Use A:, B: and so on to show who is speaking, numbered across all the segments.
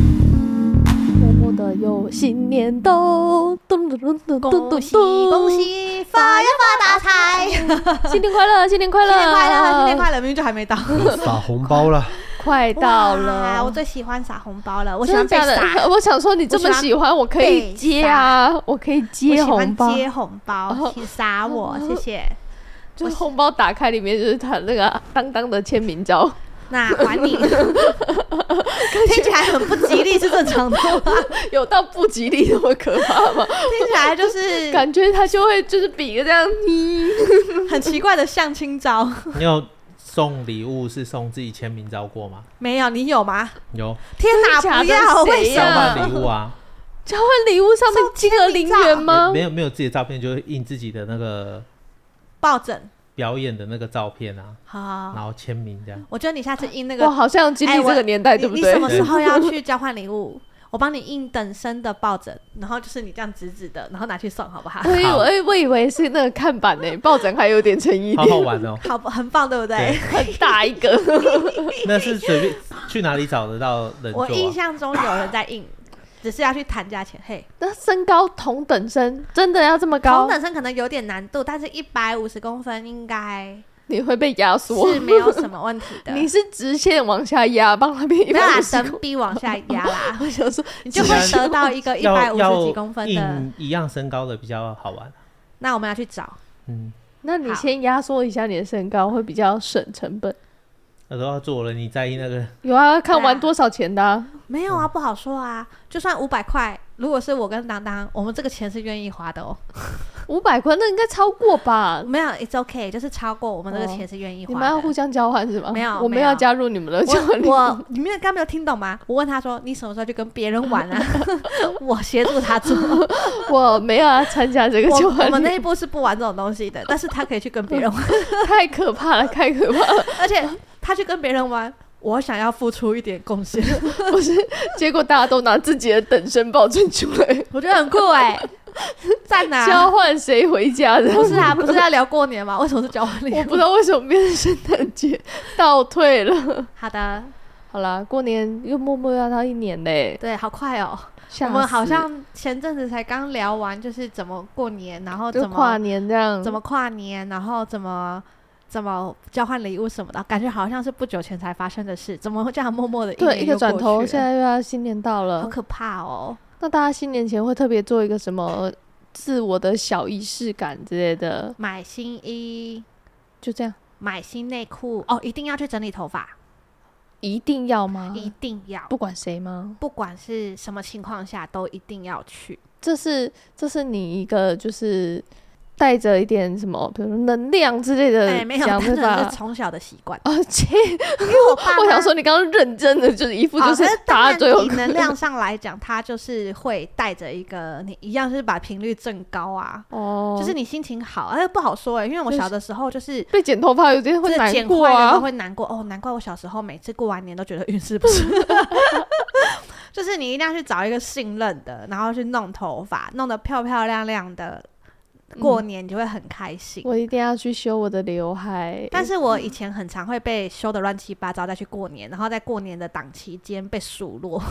A: 默默的又新年到，咚咚咚咚咚咚
B: 恭喜恭！喜，发呀发大 财！新年
A: 新年快乐，新年快乐，
B: 快乐，新年快乐！明明就还没到，
C: 撒红包了，
A: 快到了，
B: 哇我最喜欢撒红包 了，我喜
A: 真
B: 欢
A: 的
B: 被
A: 假的
B: 撒，？
A: 我想说你这么喜欢，我可以接啊，我可以
B: 我喜
A: 接红
B: 欢
A: 包，
B: 接红包，
A: 哦
B: 请撒我，谢谢。
A: 就是红包打开里面就是他那个当当的签名照，
B: 那还你，听起来很不吉利，是正常的 吗？
A: 有到不吉利那么可怕吗？
B: 啊听起来 就是
A: 感觉他就会就是比个这样，嗯
B: 很奇怪的相亲照。
D: 你有送礼物是送自己签名照过吗？
B: 没有，你有吗？
D: 有
B: 天哪，
A: 真的假的
B: 不要！为
A: 谁
B: 什
D: 交
A: 呀
B: 么？
D: 换礼物 啊，
A: 交换礼物上面
B: 送
A: 金额零元吗
D: 没？有没有自己的照片，就是印自己的那个
B: 抱枕
D: 表演的那个照片啊，
B: 好，
D: 然后签名这样。
B: 我觉得你下次印那个
A: 我好像经历这个年代，对不
B: 哎你你
A: 对
B: 什？么时候要去交换礼物？ 我帮你印等身的抱枕，然后就是你这样直直的，然后拿去送，好不 好？！
A: 我以
D: 好
A: 为我以为是那个看板呢，抱枕还有点诚意一
D: 好好
A: 点，
D: 玩哦
B: 好，很棒，对不对？
A: 很大一个，
D: 那是随便去哪里找得到人做、
B: 我印
D: 啊？
B: 象中有人在印，只是要去谈价钱。嘿，
A: 那身高同等身真的要这么
B: 同
A: 高？
B: 等身可能有点难度，但是一百五十公分应该
A: 你会被压缩，
B: 是没有什么问题的。
A: 你是直线往下压，帮那边一
B: 没有
A: 百
B: 啦
A: 五，十
B: 等比往下压啦，
A: 我想说，
B: 你就会得 到一个一百
D: 要
B: 五十
D: 要
B: 几公分的。
D: 印一样身高的比较好玩。啊
B: 那我们要去找，
D: 嗯，
A: 那你先压缩一下你的身高，会比较省成本。
D: 那都要做了，你在意那个
A: 有啊，看
B: 对啊
A: 完多少钱的、啊？
B: 没有啊，不好说啊。就算五百块，如果是我跟当当，我们这个钱是愿意花的哦。
A: 五百块，那应该超过吧？
B: 没有，it's okay，就是超过哦我们这个钱是愿意
A: 你
B: 花
A: 们
B: 的。
A: 要互相交换是吗？
B: 没有
A: 我
B: 没
A: 们
B: 有
A: 要加入你们的交换礼
B: 我
A: 物。
B: 我你们刚没有听懂吗？我问他说你什么时候去跟别人玩啊？ 我协助他做，我
A: 我没有要参加这个交
B: 我
A: 换
B: 们
A: 礼
B: 那一步是不玩这种东西的，但是他可以去跟别人 玩，
A: 物， 太可怕了，太可怕了！
B: 而且他去跟别人玩，我想要付出一点贡献，
A: 不是，结果大家都拿自己的等身抱枕出来，
B: 我觉得很酷哎、赞呐、
A: 交换谁回家的？
B: 不是啊，不是要聊过年吗？为什么是交换礼
A: 我
B: 物？
A: 不知道为什么变成圣诞节，倒退了。
B: 好的，
A: 好啦，过年又默默要到一年嘞，
B: 对，好快哦。
A: 吓
B: 我们
A: 死
B: 好像前阵子才刚聊完，就是怎么过年，然后
A: 就
B: 怎么
A: 跨年这样，
B: 怎么跨年，然后怎么怎么交换礼物什么的，感觉好像是不久前才发生的事，怎么会这样默默的
A: 对一个转头，现
B: 现在
A: 在又要新年到
B: 好
A: 了，
B: 可怕哦！
A: 那大家新年前会特别做一个什么自我的小仪式感之类的？
B: 买新衣，
A: 就这样，
B: 买新内裤，哦，一定要去整理头发，
A: 一定要吗？
B: 一定要，
A: 嗯不管谁吗？
B: 不管是什么情况下都一定要去。
A: 这是这是你一个就是带着一点什么，比如说能量之类的
B: 哎，没有，
A: 呃想
B: 真
A: 法
B: 的是。从小的习惯。
A: 而且、切
B: 因为我爸妈， 哦
A: 我想说，你刚刚认真的就是一副
B: 好
A: 就是
B: 但
A: 答
B: 但
A: 案最后
B: 以能量上来讲，它就是会带着一个，你一样是把频率正高啊，
A: 哦，
B: 就是你心情好，哎，不好说哎、因为我
A: 就是
B: 小的时候就是
A: 被剪头发有点会
B: 这
A: 难
B: 剪
A: 过
B: 坏了都
A: 啊。
B: 会难过哦，难怪我小时候每次过完年都觉得运势不 是。就是你一定要去找一个信任的，然后去弄头发，弄得漂漂亮亮的，过年你就会很开心。
A: 嗯我一嗯定要去修我的 刘海，
B: 但是我以前很常会被修的乱七八糟，再去过年，然后在过年的档期间被数落，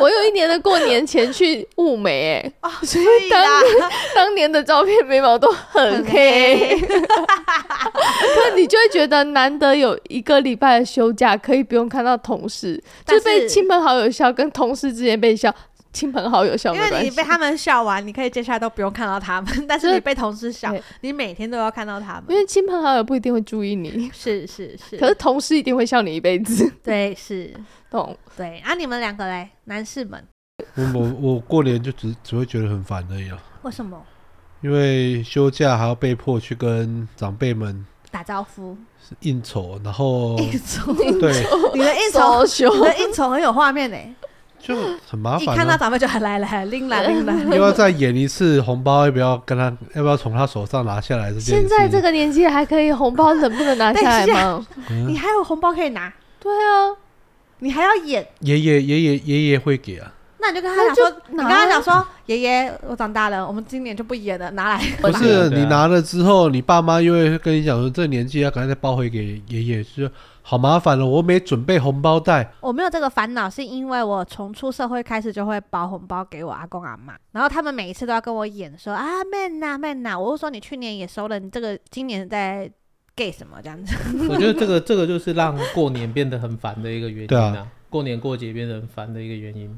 A: 我有一年的过年前去雾眉、哎、
B: 哦，
A: 所
B: 所
A: 以
B: 以
A: 当
B: 啦，
A: 当年的照片眉毛都很
B: 很黑
A: 黑， 可你就会觉得难得有一个礼拜的休假，可以不用看到 同事，
B: 但
A: 就是被亲朋好友笑，跟同事之间被笑，亲朋好友笑
B: 因
A: 没
B: 为
A: 关
B: 你
A: 系
B: 被。他们笑完，你可以接下来都不用看到他们， 但
A: 就是是
B: 你被同事笑
A: 对，
B: 你每天都要看到他们。
A: 因为亲朋好友不一定会注意你，
B: 是是是，
A: 可是同事一定会笑你一辈子，
B: 对是，
A: 懂？
B: 对啊，你们两个嘞，男士们，
C: 我我我过年就只只会觉得很烦而已啊，
B: 为什么
C: 因为休假还要被迫去跟长辈们
B: 打招呼？
C: 应酬，然后
B: 应酬，
C: 对
B: 你的 应酬，
A: 超凶
B: 你，的应酬很有画面呢。
C: 就很麻
B: 一
C: 烦、
B: 看到
C: 啊。
B: 长辈就来来拎来拎来，
C: 又要再演一次红包，要不要跟他，要不要从他手上拿下来这件
A: 现
C: 事？
A: 在这个年纪还可以红包，能不能拿下来吗？
B: 你
C: 嗯、
B: 还有红包可以拿，
A: 对啊，
B: 你还要演，
C: 爷爷爷爷爷爷会给啊，
B: 那你就跟他讲
A: 那就
B: 说，你
A: 拿啊
B: 跟他讲说，爷爷，我长大了，我们今年 就不演了，拿来。
C: 不
D: 对啊
C: 是你拿了之后，你爸妈又会跟你讲说，这年纪要赶快再包回给爷爷，就是好麻烦哦了，我没准备红包袋。
B: 我没有这个烦恼，是因为我从出社会开始就会包红包给我阿公阿妈，然后他们每一次都要跟我演说啊 man 呐 man 呐，我就说你去年也收了，你这个今年在 gay 什么这样子？
D: 我觉得这个这个就是让过年变得很烦的一个原因
C: 对
D: 啊
C: 啊，
D: 过年过节变得很烦的一个原因，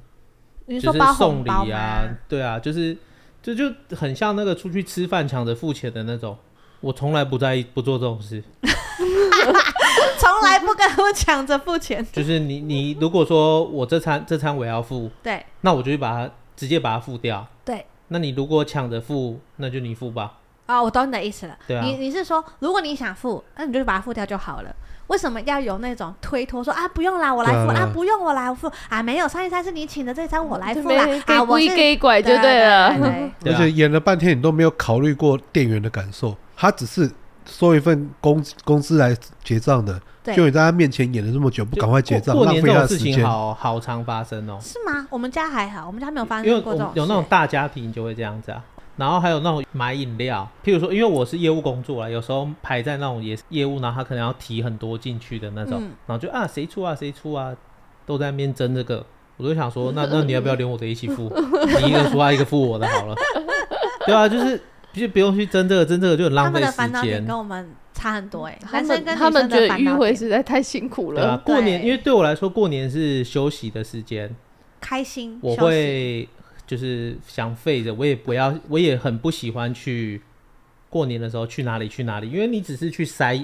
B: 你
D: 就
B: 说
D: 是
B: 包红
D: 送礼
B: 包吗？
D: 啊，对啊，就是这就很像那个出去吃饭抢着付钱的那种。我从来不在意不做这种事，
B: 从来不跟我抢着付钱，
D: 就是你你如果说我这餐这餐我要付，
B: 对
D: 那我就去把它直接把它付掉。
B: 对。
D: 那你如果抢着付，那就你付吧。
B: 啊、我懂你的意思了。
D: 对啊
B: 你你是说，如果你想付，那你就把它付掉就好了。为什么要有那种推脱说啊不用啦，我来付
C: 对啊
B: 啊
C: 对啊
B: 不用我来付啊没有上一餐是你请的，这一餐我来
A: 就
B: 付
A: 没
B: 啦
A: 人
B: 啊
A: 给
B: 我
A: 故意
B: 是
A: 给拐就
B: 对
A: 了。
B: 对 对
D: 对
C: 而
D: 啊
C: 且演了半天，你都没有考虑过店员的感受，他只是收一份工工资来结账的，
B: 对
C: 就你在他面前演了这么久，不赶快结账，
D: 过过
C: 浪
D: 年
C: 费
D: 这
C: 他
D: 种
C: 的
D: 事
C: 时
D: 情
C: 间。
D: 好好常发生哦、
B: 是吗？我们家还好，我们家没有发
D: 因为
B: 生
D: 我
B: 过这
D: 们
B: 种
D: 有那种
B: 事
D: 大家庭就会这样子啊。然后还有那种买饮料，譬如说，因为我是业务工作啦，啊有时候排在那种也是业务，然后他可能要提很多进去的那种，
B: 嗯
D: 然后就啊谁出啊谁出啊，都在那边争这个，我都想说，那 那你要不要连我的一起付？你一个出啊，一个付我的好了。 对啊，就是就不用去争这个，争这个就很
B: 他
D: 浪费
B: 们的
D: 时
B: 烦恼点
D: 间。
B: 跟我们差很多哎、
A: 他
B: 男生
A: 们
B: 跟女
A: 他
B: 生
A: 们觉
B: 的
A: 得
B: 烦
A: 迂
B: 恼
A: 回
B: 点
A: 实在太辛苦
D: 对
A: 了。
D: 啊，过年
B: 对
D: 因为对我来说，过年是休息的时间，
B: 开心，
D: 我
B: 休息
D: 会就是想废着，我也不要，我也很不喜欢去过年的时候去哪里去哪里，因为你只是去塞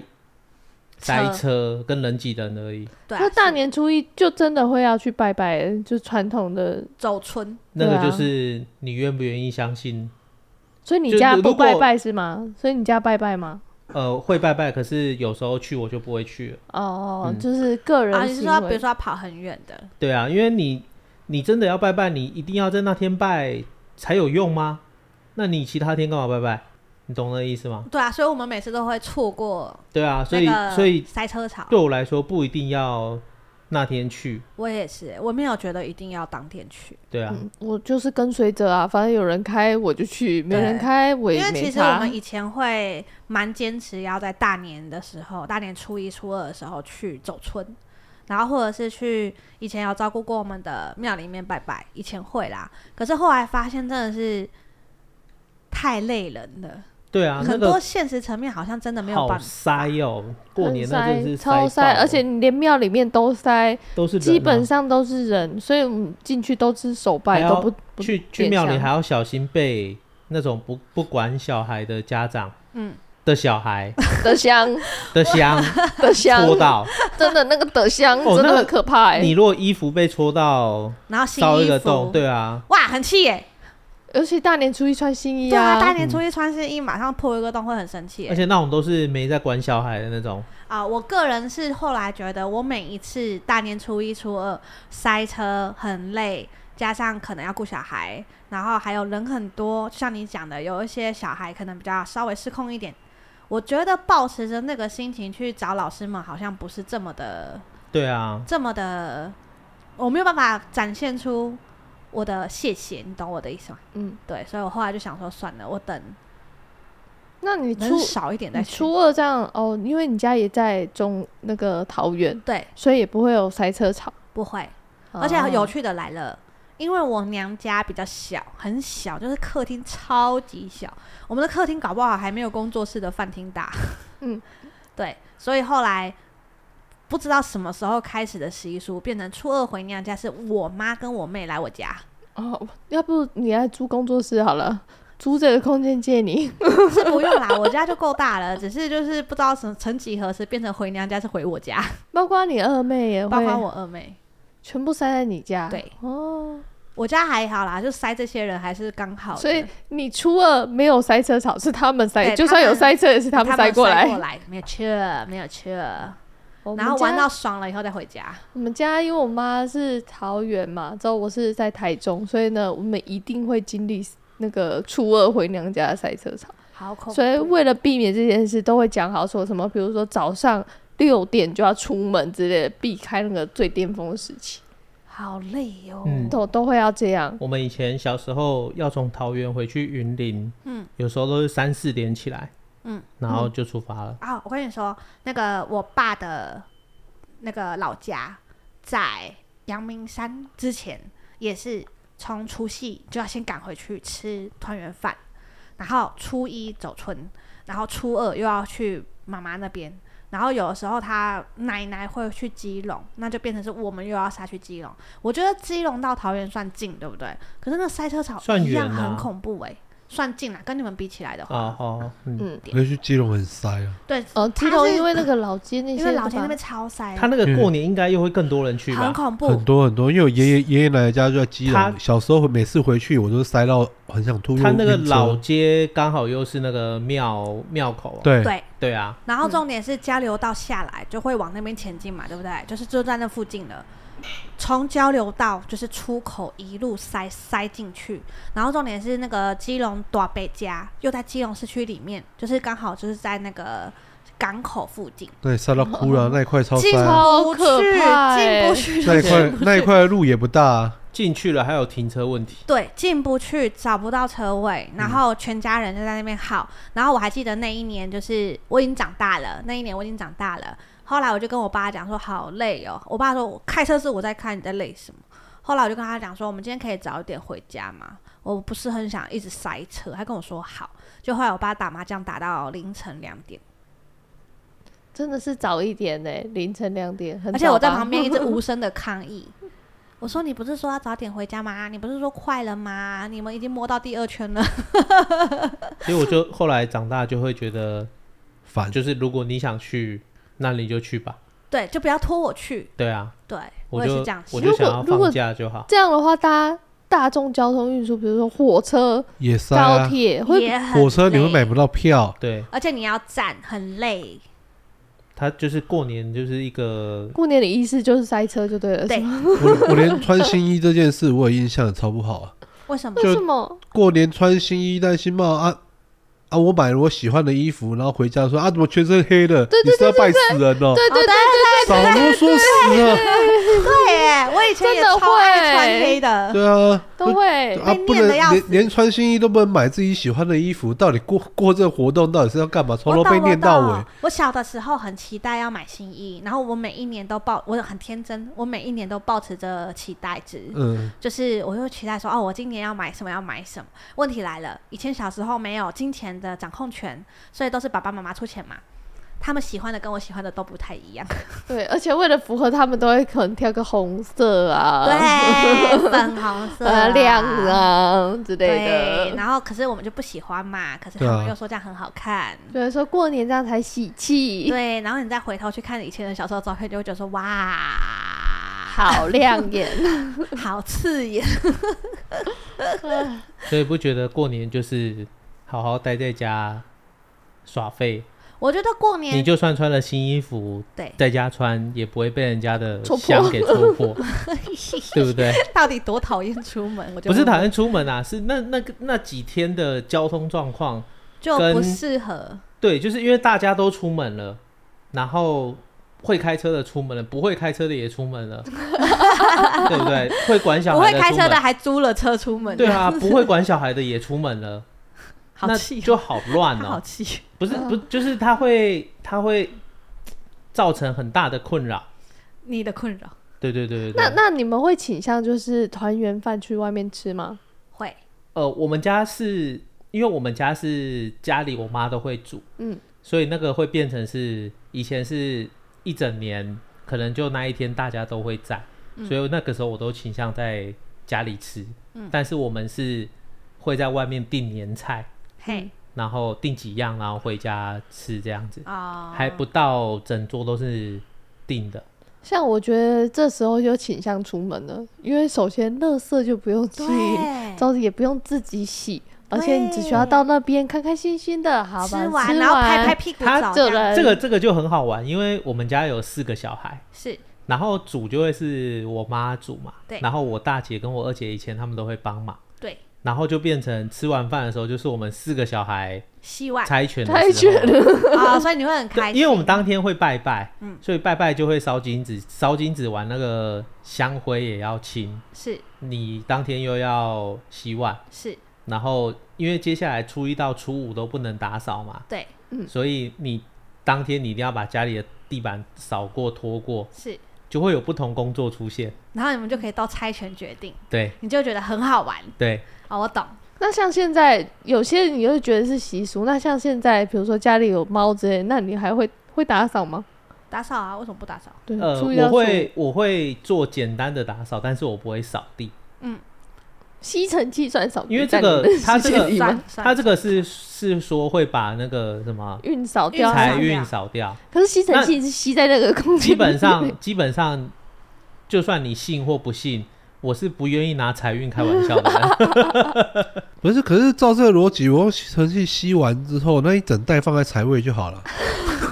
D: 塞车跟人挤人而已。
B: 对、啊
A: 那，大
B: 是
A: 年初一就真的会要去拜拜，就传统的。
B: 走春，
D: 那个
A: 对啊
D: 就是你愿不愿意相信？
A: 所以你
D: 就
A: 家
D: 如果
A: 不拜拜是吗？所以你家拜拜吗？
D: 呃，会拜拜，可是有时候去我就不会去了。
A: 哦
D: 嗯，
A: 就是个人
B: 啊，你是
A: 行
B: 说比如
A: 为。
B: 说要跑很远的，
D: 对啊，因为你你真的要拜拜，你一定要在那天拜才有用吗？那你其他天干嘛拜拜？你懂那个意思吗？
B: 对啊，所以我们每次都会错过
D: 对啊，所
B: 那
D: 以、
B: 个
D: 所以
B: 塞车潮。
D: 对我来说不一定要那天去。
B: 我也是，我没有觉得一定要当天去，
D: 对啊，
A: 嗯，我就是跟随着啊，反正有人开我就去，没人开我
B: 因
A: 也
B: 为其
A: 没
B: 实我
A: 差。
B: 们以前会蛮坚持要在大年的时候，大年初一、初二的时候去走村，然后或者是去以前有照顾过我们的庙里面拜拜，以前会啦，可是后来发现真的是太累人了，
D: 对啊，那
B: 很
D: 个
B: 多现实层面好像真的没有
D: 好
B: 办法。
D: 塞哦、过年那真的是
A: 很塞超
D: 塞爆
A: 塞，
D: 了，
A: 而且你连庙里面都塞，
D: 都是人啊
A: 基本上都是人，所以我们进去都是手
D: 还
A: 拜，
D: 要
A: 都不不
D: 去去
A: 点
D: 庙里
A: 香
D: 还要小心被那种不不管小孩的家长，
B: 嗯
D: 的小孩
A: 德香
D: 的香
A: 德 香，
D: 戳到，
A: 真的那个德香
D: 哦
A: 真
D: 那
A: 的
D: 个
A: 很可怕哎
D: 你。如果衣服被戳到
B: 然后新
D: 烧一
B: 衣
D: 个
B: 服，
D: 洞，对啊，
B: 哇，很气耶！
A: 尤其大年初一穿新衣
B: 对啊，大
A: 啊，
B: 年初一穿新衣，马上破一个洞会很生气耶
D: 而。且那种都是没在管小孩的那种，
B: 啊，我个人是后来觉得，我每一次大年初一、初二塞车很累，加上可能要顾小孩，然后还有人很多，就像你讲的，有一些小孩可能比较稍微失控一点。我觉得保持着那个心情去找老师们，好像不是这么的、
D: 对啊，
B: 这么的，我没有办法展现出我的谢谢，你懂我的意思吗？
A: 嗯，
B: 对，所以我后来就想说，算了，我等
A: 那你初
B: 人少一点再
A: 你
B: 去。
A: 初二这样哦，因为你家也在中那个桃园，
B: 对，
A: 所以也不会有塞车潮，
B: 不会，而且有
A: 哦
B: 趣的来了，因为我娘家比较小，很小，就是客厅超级小，我们的客厅搞不好还没有工作室的饭厅大。
A: 嗯，
B: 对，所以后来不知道什么时候开始的习俗，变成初二回娘家是我妈跟我妹来我家，
A: 哦，要不你来租工作室好了， 租这个空间借你。
B: 是不用啦，我家就够大了，只是就是不知道什么曾几何时变成回娘家是回我家，
A: 包括你二妹也会，
B: 包括我二妹。
A: 全部塞在你家。
B: 对，
A: 哦，
B: 我家还好啦，就塞这些人还是刚好的，
A: 所以你初二没有塞车潮，是他们塞，
B: 对
A: 就
B: 他
A: 算有
B: 们
A: 塞车也是
B: 他
A: 们塞过
B: 来，
A: 来。
B: 过来没有去，没有去，然后
A: 我们
B: 玩
A: 家
B: 到爽了以后再回家。
A: 我们家，因为我妈是桃园嘛，之后我是在台中，所以呢，我们一定会经历那个初二回娘家的塞车潮。
B: 好恐怖！
A: 所以为了避免这件事，都会讲好说什么，比如说早上六点就要出门之类的，避开那个最巅峰的时期，
B: 好累哦。
D: 嗯
A: 都都会要这样。
D: 我们以前小时候要从桃园回去云林，
B: 嗯，
D: 有时候都是三四点起来，
B: 嗯，
D: 然后就出发了。
B: 啊，我跟你说，那个我爸的那个老家在阳明山之前，也是从除夕就要先赶回去吃团圆饭，然后初一走村，然后初二又要去妈妈那边。然后有的时候他奶奶会去基隆，那就变成是我们又要杀去基隆。我觉得基隆到桃园算近，对不对？可是那塞车潮
D: 算
B: 一样
D: 远啊
B: 很恐怖哎、算近啊，跟你们比起来的话，
D: 哦哦，嗯，
A: 嗯，
C: 那去基隆很塞啊，
B: 对，
A: 哦，基
B: 它
A: 隆
B: 是
A: 因为那个老街那些
B: 因
A: 地
B: 为
A: 方，
B: 老田那边超塞的，
D: 他那个过年应该又会更多人去吧
B: 很？恐怖，
C: 很多很多。因为我爷爷爷爷奶奶家就在基
D: 他
C: 隆，小时候每次回去我都塞到很想吐。因为
D: 他那个
C: 晕车
D: 老街刚好又是那个庙庙口、啊，
C: 对
B: 对。
D: 对啊，
B: 然
A: 嗯
B: 后重点是交流道下来就会往那边前进嘛，对不对？就是就在那附近了。从交流道就是出口一路塞塞进去，然后重点是那个基隆大北家又在基隆市区里面，就是刚好就是在那个港口附近，
C: 那也塞到哭 了，那一块超
B: 进
C: 塞啊，
A: 好
B: 不
A: 可
B: 去，
A: 怕
B: 进
A: 欸
B: 不去，
C: 那一
D: 进
C: 块那一块路也不大啊，
D: 进去了还有停车问题，
B: 对，进不去，找不到车位，然后全家人就在那边耗。然后我还记得那一年，就是我已经长大了，那一年我已经长大了。后来我就跟我爸讲说，好累哦。我爸说，我开车是我在开，你在累什么？后来我就跟他讲说，我们今天可以早一点回家嘛，我不是很想一直塞车。他跟我说好，就后来我爸打麻将打到凌晨两点，
A: 真的是早一点呢、欸凌晨两点，很
B: 而且我
A: 早
B: 在
A: 吧
B: 旁边一直 无声的抗议。我说你不是说要早点回家吗？你不是说快了吗？你们已经摸到第二圈了。
D: 所以我就后来长大就会觉 得，
C: 反正
D: 就是如果你想去，那你就去吧。
B: 对，就不要拖我去。
D: 对啊，
B: 对，
D: 我
B: 也
D: 就是
B: 这样
D: 我
B: 想。
D: 就想要
A: 如果如果
D: 放假就好。
A: 这样的话，大家大众交通运输，比如说火车、
C: 也塞
A: 高
C: 啊。
A: 铁，会
B: 也很
C: 火车你会
B: 累
C: 买不到票，
D: 对
B: 而且你要站，很累。
D: 他就是过年就是一个
A: 过年的仪式就是塞车就对了。
B: 对
A: 是吗，
C: 我我连穿新衣这件事我有印象也超不好啊。
B: 为 什么？
C: 就哦
A: 为什么？
C: 过年穿新衣戴新帽啊啊！我买了我喜欢的衣服，然后回家说啊，怎么全身黑的？
A: 对对
C: 你是要拜死人哦、
A: 对对
B: 哦
A: 对，
C: 少啰嗦死啊了。
B: 对耶，我以前也
A: 真的
B: 超爱穿
A: 会
B: 黑的。
C: 对啊，
A: 都会
C: 啊
B: 被念，
C: 不
B: 得
C: 能
B: 要死
C: 连连穿新衣都不能买自己喜欢的衣服，到底过过这个活动到底是要干嘛？从头
B: 我懂
C: 被念到
B: 我
C: 尾
B: 懂。我小的时候很期待要买新衣，然后我每一年都抱，我很天真，我每一年都抱持着期待值。
C: 嗯，
B: 就是我就期待说，哦，我今年要买什么，要买什么。问题来了，以前小时候没有金钱的掌控权，所以都是爸爸妈妈出钱嘛。他们喜欢的跟我喜欢的都不太一样，
A: 对，而且为了符合他们，都会可能挑个红色啊，
B: 对，粉红色、啊
A: 呃，亮啊之类
B: 对，
A: 的。
B: 然后可是我们就不喜欢嘛，可是他
C: 对啊
B: 们又说这样很好 看。
A: 所以说过年这样才喜 气，
B: 对，然后你再回头去看以前的小时候照片，就会觉得说哇，
A: 好亮眼。
B: 好刺眼。
D: 所以不觉得过年就是好好待在家耍废？
B: 我觉得过
D: 你
B: 年
D: 就算穿了新衣服，
B: 对，
D: 在家穿也不会被人家的
A: 戳破
D: 香给戳破，对不对？
B: 到底多讨厌出门？我就
D: 不是
B: 问
D: 讨厌出门啊，是那那个那几天的交通状况，
B: 就
D: 跟
B: 不适合。
D: 对，就是因为大家都出门了，然后会开车的出门了，不会开车的也出门了， 对不对？会管小
B: 不
D: 孩
B: 会
D: 的
B: 开
D: 出
B: 车的
D: 门，
B: 还租了车出门，
D: 对啊，不会管小孩的也出门了，
B: 好
D: 那
B: 气哦，
D: 就好乱
B: 他
D: 哦
B: 好。嗯气。
D: 不是不就是他会他会造成很大的困扰，
B: 你的困扰
D: 对对对对
A: 那
D: 对。
A: 那你们会倾向就是团圆饭去外面吃吗？
B: 会
D: 呃，我们家是因为我们家是家里我妈都会煮，
A: 嗯，
D: 所以那个会变成是以前是一整年，可能就那一天大家都会在，所以那个时候我都倾向在家里吃，但是我们是会在外面订年菜，
B: 嘿
D: 然后订几样，然后回家吃这样子，
B: 哦，
D: 嗯还不到整桌都是订的。
A: 像我觉得这时候就倾向出门了，因为首先垃圾就不用
B: 对
A: 清，桌子也不用自己洗，而且你只需要
B: 对
A: 到那边开开心心的，好吧？
B: 吃
A: 吃
B: 完然后拍拍屁股
D: 他
B: 走
A: 这
B: 样
A: 人
D: 这个这个就很好玩，因为我们家有四个小孩，
B: 是
D: 然后煮就会是我妈煮嘛，
B: 对
D: 然后我大姐跟我二姐以前他们都会帮忙，
B: 对
D: 然后就变成吃完饭的时候就是我们四个小孩
B: 洗碗
D: 猜拳的
A: 猜
D: 时候
A: 拳
B: 啊，所以你会很开
D: 对，
B: 心，
D: 因为我们当天会拜拜，
A: 嗯
D: 所以拜拜就会烧金纸，烧金纸完那个香灰也要清，
B: 是
D: 你当天又要洗碗，
B: 是
D: 然后因为接下来初一到初五都不能打扫嘛，
B: 对
A: 嗯
D: 所以你当天你一定要把家里的地板扫过、拖过，
B: 是，
D: 就会有不同工作出现。
B: 然后你们就可以到猜拳决定，
D: 对
B: 你就觉得很好玩
D: 对，
B: 哦，我懂，
A: 那像现在有些你会觉得是习俗，那像现在比如说家里有猫之类，那你还会会打扫吗？
B: 打扫啊，为什么不打扫？
A: 对，
D: 呃，
A: 注意到
D: 我会我会做简单的打扫，但是我不会扫地，
A: 吸尘器算扫地
D: 因为这
A: 在
D: 个
A: 你们的
D: 它
A: 世
D: 这
A: 界
D: 个
A: 里
B: 算
A: 吗
B: 算
D: 它这个是是说会把那个什么
A: 运
B: 要
A: 扫掉
B: 运，扫
D: 财
B: 掉
D: 运扫 掉，
A: 可是吸尘
D: 那
A: 器是吸在那个空间，
D: 基本上基本上，就算你信或不信。我是不愿意拿财运开玩笑的 人，
C: 不是，可是照这个逻辑，我用吸尘器吸完之后，那一整袋放在财位就好了。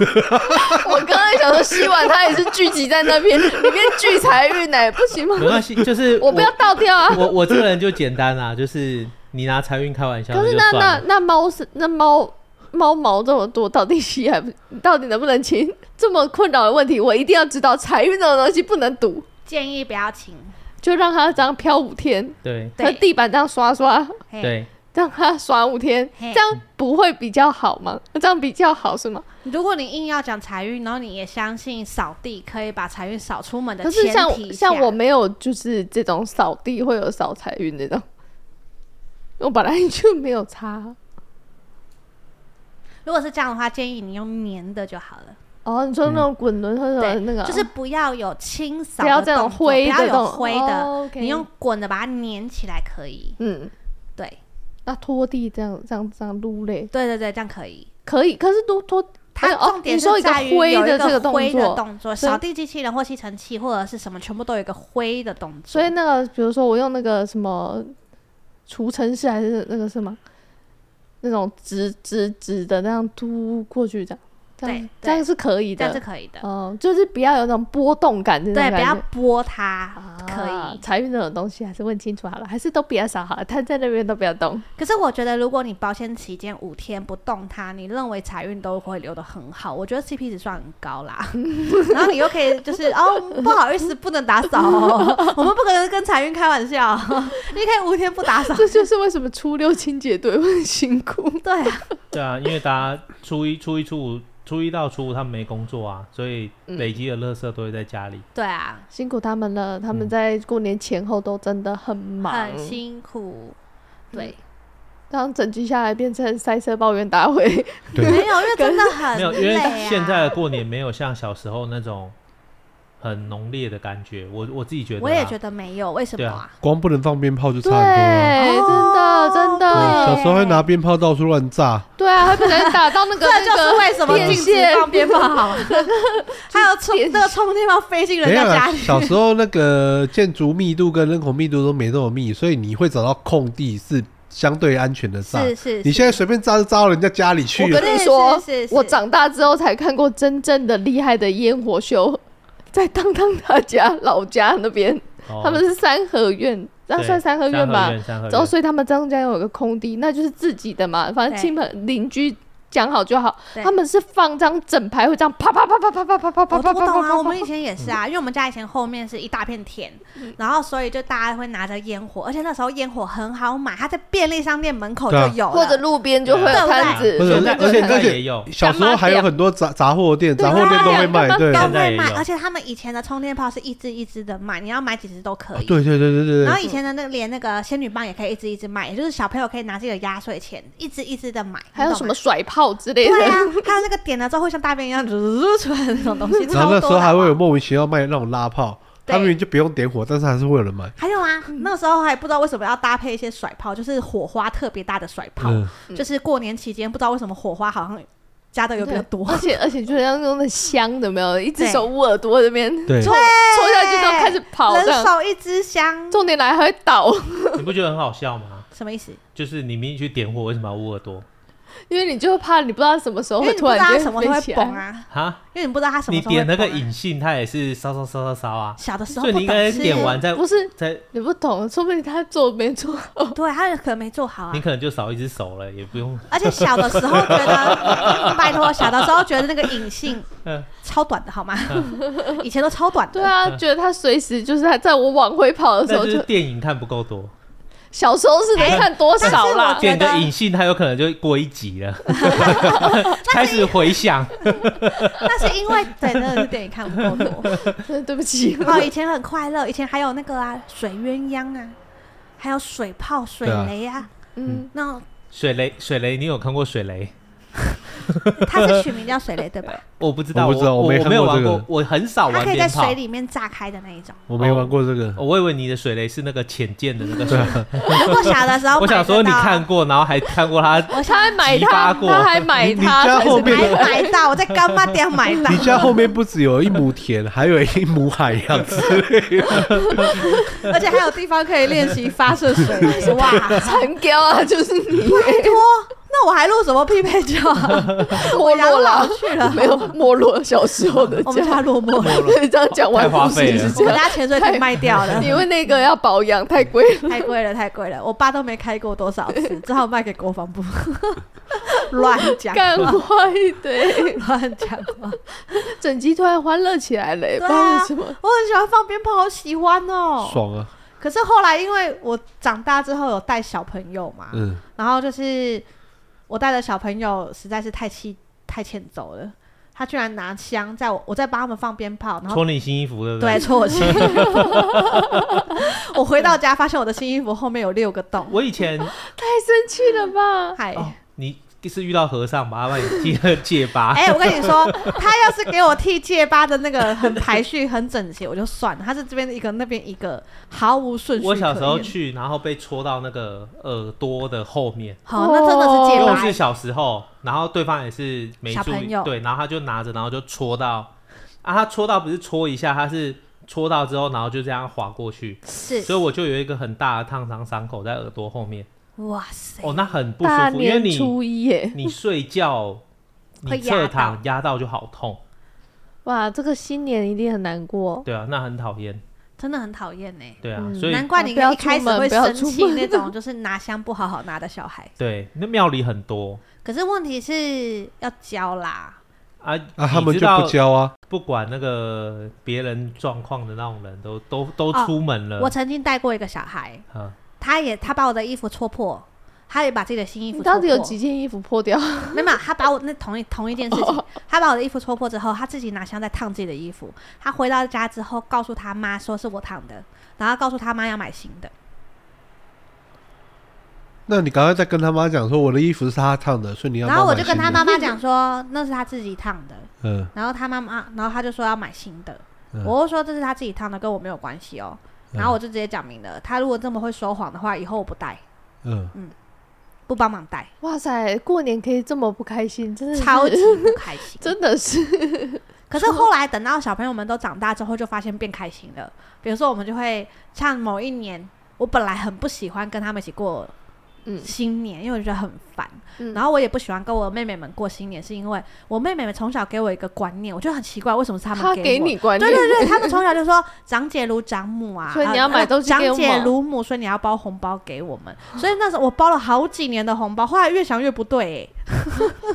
A: 我刚才想说吸完它也是聚集在那边，里面聚财运呢，不行吗？
D: 没关系，就是
A: 我不要倒掉啊！
D: 我我这个人就简单啦、就是你拿财运开玩笑，
A: 可是
D: 就
A: 那
D: 算
A: 那
D: 了。
A: 那猫是那猫猫毛这么多，到底吸还不到底能不能清？这么困扰的问题，我一定要知道。财运这种东西不能赌，
B: 建议不要请，
A: 就让它这样飘五天，
D: 对
A: 和
B: 对
A: 地板这样刷刷，
B: 嘿，
D: 对，
A: 让它刷五天，
B: 嘿
A: 这样不会比较好吗？这样比较好是吗？
B: 如果你硬要讲财运，然后你也相信扫地可以把财运扫出门的
A: 可
B: 前提
A: 是
B: 下，
A: 像像我没有就是这种扫地会有扫财运这种，我本来就没有擦。
B: 如果是这样的话，建议你用粘的就好了，
A: 哦，你说
D: 嗯
A: 那种滚轮或者
B: 对
A: 那个，啊哦
B: 就是不要有清扫
A: 不
B: 的
A: 要
B: 动
A: 这
B: 作，
A: 种灰
B: 不
A: 的
B: 要
A: 这种
B: 有灰的，
A: 哦，OK
B: 你用滚的把它粘起来可以。
A: 嗯，
B: 对
A: 那拖地这样这样这样撸嘞，
B: 对对对，这样可以。
A: 可以，可是拖拖
B: 它
A: 哦
B: 重点
A: 你
B: 是
A: 说一个
B: 在于
A: 灰
B: 有
A: 的
B: 一
A: 这个
B: 个
A: 动
B: 灰的
A: 作
B: 动作，
A: 所以
B: 扫地机器人或吸尘器或者是什么，全部都有一个灰的动作。
A: 所以那个比如说我用那个什么除尘式还是那个什么那种直直直的那样嘟过去这样，这
B: 对
A: 样这样
B: 对
A: 是可以
B: 这样是
A: 的，
B: 可以的，
A: 嗯，就是不要有那种波动感这种
B: 对，
A: 感
B: 不要
A: 觉。
B: 拨它
A: 啊，
B: 可以。
A: 财运这种东西还是问清楚好了，还是都不要扫好了，摊在那边都不要动。
B: 可是我觉得，如果你保险期间五天不动它，你认为财运都会留得很好，我觉得 CP 值算很高啦。 然后你又可以就是哦，不好意思，不能打扫 哦，我们不可能跟财运开玩笑， 你可以五天不打扫。
A: 这就是为什么初六清洁队会很辛苦。
B: 对啊，
D: 对啊，因为大家初一、初一、初五、初一到初五他们没工作啊，所以
A: 嗯
D: 累积的垃圾都会在家里。
B: 对啊，
A: 辛苦他们了，他们
D: 嗯
A: 在过年前后都真的很忙，
B: 很辛苦。对，
A: 这样整集下来变成塞车抱怨大会。
C: 对
B: 没有，因为真的 很
D: 没
B: 累、啊、
D: 有，因为现在的过年没有像小时候那种很浓烈的感觉。我我自己
C: 啊
D: 觉得，
B: 我也觉，得没有，为什么啊？
C: 光不能放鞭炮就差
A: 对，
C: 很多了。
B: 哦
A: 真的真的，
C: 小时候会拿鞭炮到处乱炸，
A: 对啊，会不小心打到那个
C: 啊
B: 这就
A: 那
B: 是
A: 个
B: 为什么
A: 电
B: 禁止
A: 线
B: 放鞭炮好 玩，还有冲
A: 电
B: 那个冲天炮飞进人
C: 没有
B: 家
C: 啦
B: 家里。
C: 小时候那个建筑密度跟人口密度都没那么密，所以你会找到空地是相对安全的炸。
B: 是是，
C: 啊你现在随便炸就炸到人家家里去
A: 我
C: 了
A: 跟，你说
B: 是是，是
A: 我长大之后才看过真正的厉害的烟火秀，在当当他家老家那边，
D: 哦、
A: 他们是三合院，那
D: 对
A: 算三合院啊吧？
D: 三合院，
A: 然
D: 三
A: 后
D: 合
A: 所以他们中间有一个空地，那就是自己的嘛，反正
B: 对
A: 亲朋邻居讲好就好。
B: 对
A: 他们是放张整排，会这样啪啪啪啪啪啪啪啪啪
B: 我
A: 啪
B: 我懂
A: 啪
B: 啊，我
A: 啪
B: 们
A: 啪。
B: 以前也是
A: 嗯
B: 啊，因为我们家以前后面是一大片田，然后所以就大家会拿着烟火，而且那时候烟火很好买，它在便利商店门口就
C: 对啊
B: 有了，
A: 或者路边就会
D: 对
A: 有摊
D: 院
A: 子，
C: 不是
D: 现在
C: 而且
D: 现在
C: 而且
D: 也有，
C: 小时候还有很多杂杂货店，
B: 对
C: 杂货店都会卖。对，
B: 都
D: 干
C: 啊
D: 嘛现在
B: 会
D: 也
B: 卖，
D: 有
B: 而且他们以前的充电炮是一支一支的买，你要买几支都可以。
C: 啊对对对对对
B: 然后
C: 对，
B: 以前的那个连那个仙女棒也可以一支一支卖，也就是小朋友可以拿自己的压岁钱一支一支的买。
A: 还有
B: 你
A: 什
B: 懂
A: 么
B: 吗
A: 甩号之类
B: 对啊
A: 的，，
B: 还有那个点了之后会像大便一样噜出来的那种东西，
C: 然
B: 超
C: 后
B: 多
C: 那时候还会
B: 的
C: 有莫名其妙卖那种拉炮，
B: 对
C: 他明明就不用点火，但是还是会有人买。
B: 还有啊，那时候还不知道为什么要搭配一些甩炮，就是火花特别大的甩炮，
C: 嗯，
B: 就是过年期间不知道为什么火花好像加的有比较多，
A: 而且而且就是要用的香的，没有，一只
B: 对
A: 手捂耳朵这边
C: 对
A: 抽抽下去之后开始跑这
B: 人
A: 样，
B: 手一支香，
A: 重点来还会倒，
D: 你不觉得很好笑吗？
B: 什么意思？
D: 就是你明明去点火，为什么要捂耳朵？
A: 因为你就怕你不知道什么时候
B: 因为
A: 会
B: 你
A: 突
B: 不知道它
A: 然
B: 什
A: 间
B: 么时候
A: 飞
B: 会
A: 起
B: 崩
A: 来。
B: 啊，
D: 哈，
B: 因为你不知道它什么
D: 你
B: 时候会
D: 点那
B: 崩啊、
D: 个引信，它也是烧烧烧烧烧啊，
B: 小的时候
D: 所以
B: 不
D: 你应该
B: 懂
A: 是
B: 事，
D: 点完再
A: 不是
D: 再
A: 你不懂，说不定他做没 做好，
B: 对，他可能没做好啊
D: 你。可能就少一只手了，也不用。
B: 而且小的时候 觉得，嗯拜托，小的时候觉得那个引信
D: 嗯
B: 超短的好吗？以前都超短的，
A: 对啊，觉得他随时就是他在我往回跑的时
D: 那
A: 候
D: 就是
A: 就
D: 电影看不够多，
A: 小时候是能看多少啦
B: 但是我觉得，
D: 点个引信，它有可能就过一集 了， 开始回想。
B: 那是因为对，那个是电影看不够多。
A: 对不起，
B: 哦，以前很快乐，以前还有那个啊，水鸳鸯啊，还有水炮、水
C: 对啊
B: 雷啊，
A: 嗯，
B: 那种
D: 水雷，水雷，你有看过水雷？
B: 它是取名叫水雷对吧？
D: 我不知道，
C: 我不知道
D: 我
C: 我没看
D: 没有
C: 过
D: 玩
C: 这个
D: 过，我很少
B: 它
D: 玩
B: 可以在
D: 鞭炮
B: 水。里面炸开的那一种。
C: 我没玩过这个，
D: 哦我以为你的水雷是那个浅见的那个水雷，
B: 如果小的
C: 啊
B: 时 候，
D: 我想说你看，过，然后还看过 它，
B: 我
A: 他
B: 想
A: 还买
D: 激发
A: 他，
D: 过
A: 他还买
C: 你你
A: 他
C: 家
A: 才
C: 后
A: 是
C: 面
A: 买
B: 还买到，我在干妈店买到
C: 你。家后面不只有一亩田，还有一亩海洋之类的。
B: 而且还有地方可以练习发射水 雷，哇！
A: 残雕啊，就是你
B: 拜托，那我还录什么匹配教啊？
A: 没
B: 家
A: 落
B: 都
A: 啦
B: 老去了，
A: 没有没落小时候的
B: 我们
A: 家
B: 家，落寞了，
A: 对，这样讲完
D: 太花
A: 故事
D: 费了
A: 是
B: 我
A: 这
B: 们
A: 样，
B: 家潜水艇卖掉 了，
A: 因为那个要保养太 贵了，
B: 太贵了，太贵了，我爸都没开过多少次，只好卖给国防部。 乱讲
A: 干坏一堆，
B: 乱讲话，
A: 整集突然欢乐起来了，不知
B: 对啊
A: 道为什么。
B: 我很喜欢放鞭炮，好喜欢 哦。
C: 爽啊！
B: 可是后来因为我长大之后有带小朋友嘛，
C: 嗯，
B: 然后就是我带的小朋友实在是太气太欠揍了，他居然拿枪在我我在帮他们放鞭炮，然后
D: 戳你新衣服，对不
B: 对，？戳我新衣服。 我回到家发现我的新衣服后面有六个洞，
D: 我以前
A: 太生气了吧？
B: 嗨。
D: 哦，你是遇到和尚吧？把你剃 了戒疤，
B: 哎、我跟你说，他要是给我剃戒疤的那个很排序很整齐，我就算了。他是这边一个，那边一个，毫无顺序可
D: 我
B: 言。
D: 小时候去，然后被戳到那个耳朵的后面，
B: 好，那真的是
D: 因
B: 戒
D: 为我
B: 疤
D: 是。小时候，然后对方也是没
B: 小
D: 注
B: 朋
D: 意
B: 友，
D: 对，然后他就拿着，然后就戳到，啊，他戳到不是戳一下，他是戳到之后，然后就这样划过去，
B: 是
D: 所以我就有一个很大的烫伤伤口在耳朵后面，
B: 哇塞，
D: 哦，那很不舒
A: 大
D: 服，因为
A: 年
D: 你
A: 初一耶，
D: 你睡觉，
B: 会
D: 你
B: 压
D: 侧
B: 到
D: 躺压到就好痛，
A: 哇，这个新年一定很难过。
D: 对啊，那很讨厌，
B: 真的很讨厌呢。
D: 对啊，
A: 嗯
D: 所以
B: 难怪你
A: 啊不要
B: 一开
A: 出
B: 始
A: 门
B: 会
A: 不要
B: 生
A: 出
B: 气
A: 门
B: 那种，就是拿香不好好拿的小孩。
D: 对，那庙里很多
B: 可是问题是要教啦，
D: 啊，
C: 啊，他们
D: 你
C: 就
D: 知道
C: 不教啊。
D: 不管那个别人状况的那种人都都都
B: 哦
D: 出门了，
B: 我曾经带过一个小孩，
D: 啊，
B: 他也他把我的衣服戳破，他也把自己的新衣服
A: 你
B: 戳破。
A: 到底有几件衣服破掉？
B: 没有？没有，他把我那同一同一件事
A: 哦
B: 情，他把我的衣服戳破之后，他自己拿香在烫自己的衣服。他回到家之后，告诉他妈说是我烫的，然后告诉他妈要买新的。
C: 那你赶快再跟他妈讲说，我的衣服是他烫的，所以你要。
B: 然后我就跟他妈，妈讲说那是他自己烫的，
C: 嗯，
B: 然后他妈妈，然后他就说要买新的。
C: 嗯
B: 我就说这是他自己烫的，跟我没有关系哦。
A: 嗯
B: 然后我就直接讲明了，他如果这么会说谎的话，以后我不带，
C: 嗯，
B: 不帮忙带，
A: 哇塞，过年可以这么不开心，真的是
B: 超级不开心。
A: 嗯 真的是
B: 可是后来等到小朋友们都长大之后，就发现变开心了。比如说，我们就会像某一年，我本来很不喜欢跟他们一起过
A: 嗯
B: 新年，因为我觉得很烦。
A: 嗯
B: 然后我也不喜欢跟我妹妹们过新年，是因为我妹妹们从小给我一个观念，我觉得很奇怪，为什么是他
A: 他
B: 们
A: 给
B: 我？
A: 你观
B: 对
A: 念，
B: 对 对，他们从小就说长姐如长母啊，
A: 所以你
B: 啊
A: 要买
B: 啊
A: 东西给
B: 长
A: 我哦
B: 姐
A: 们
B: 如母，所以你要包红包给我们。所以那时候我包了好几年的红包，后来越想越不对、欸，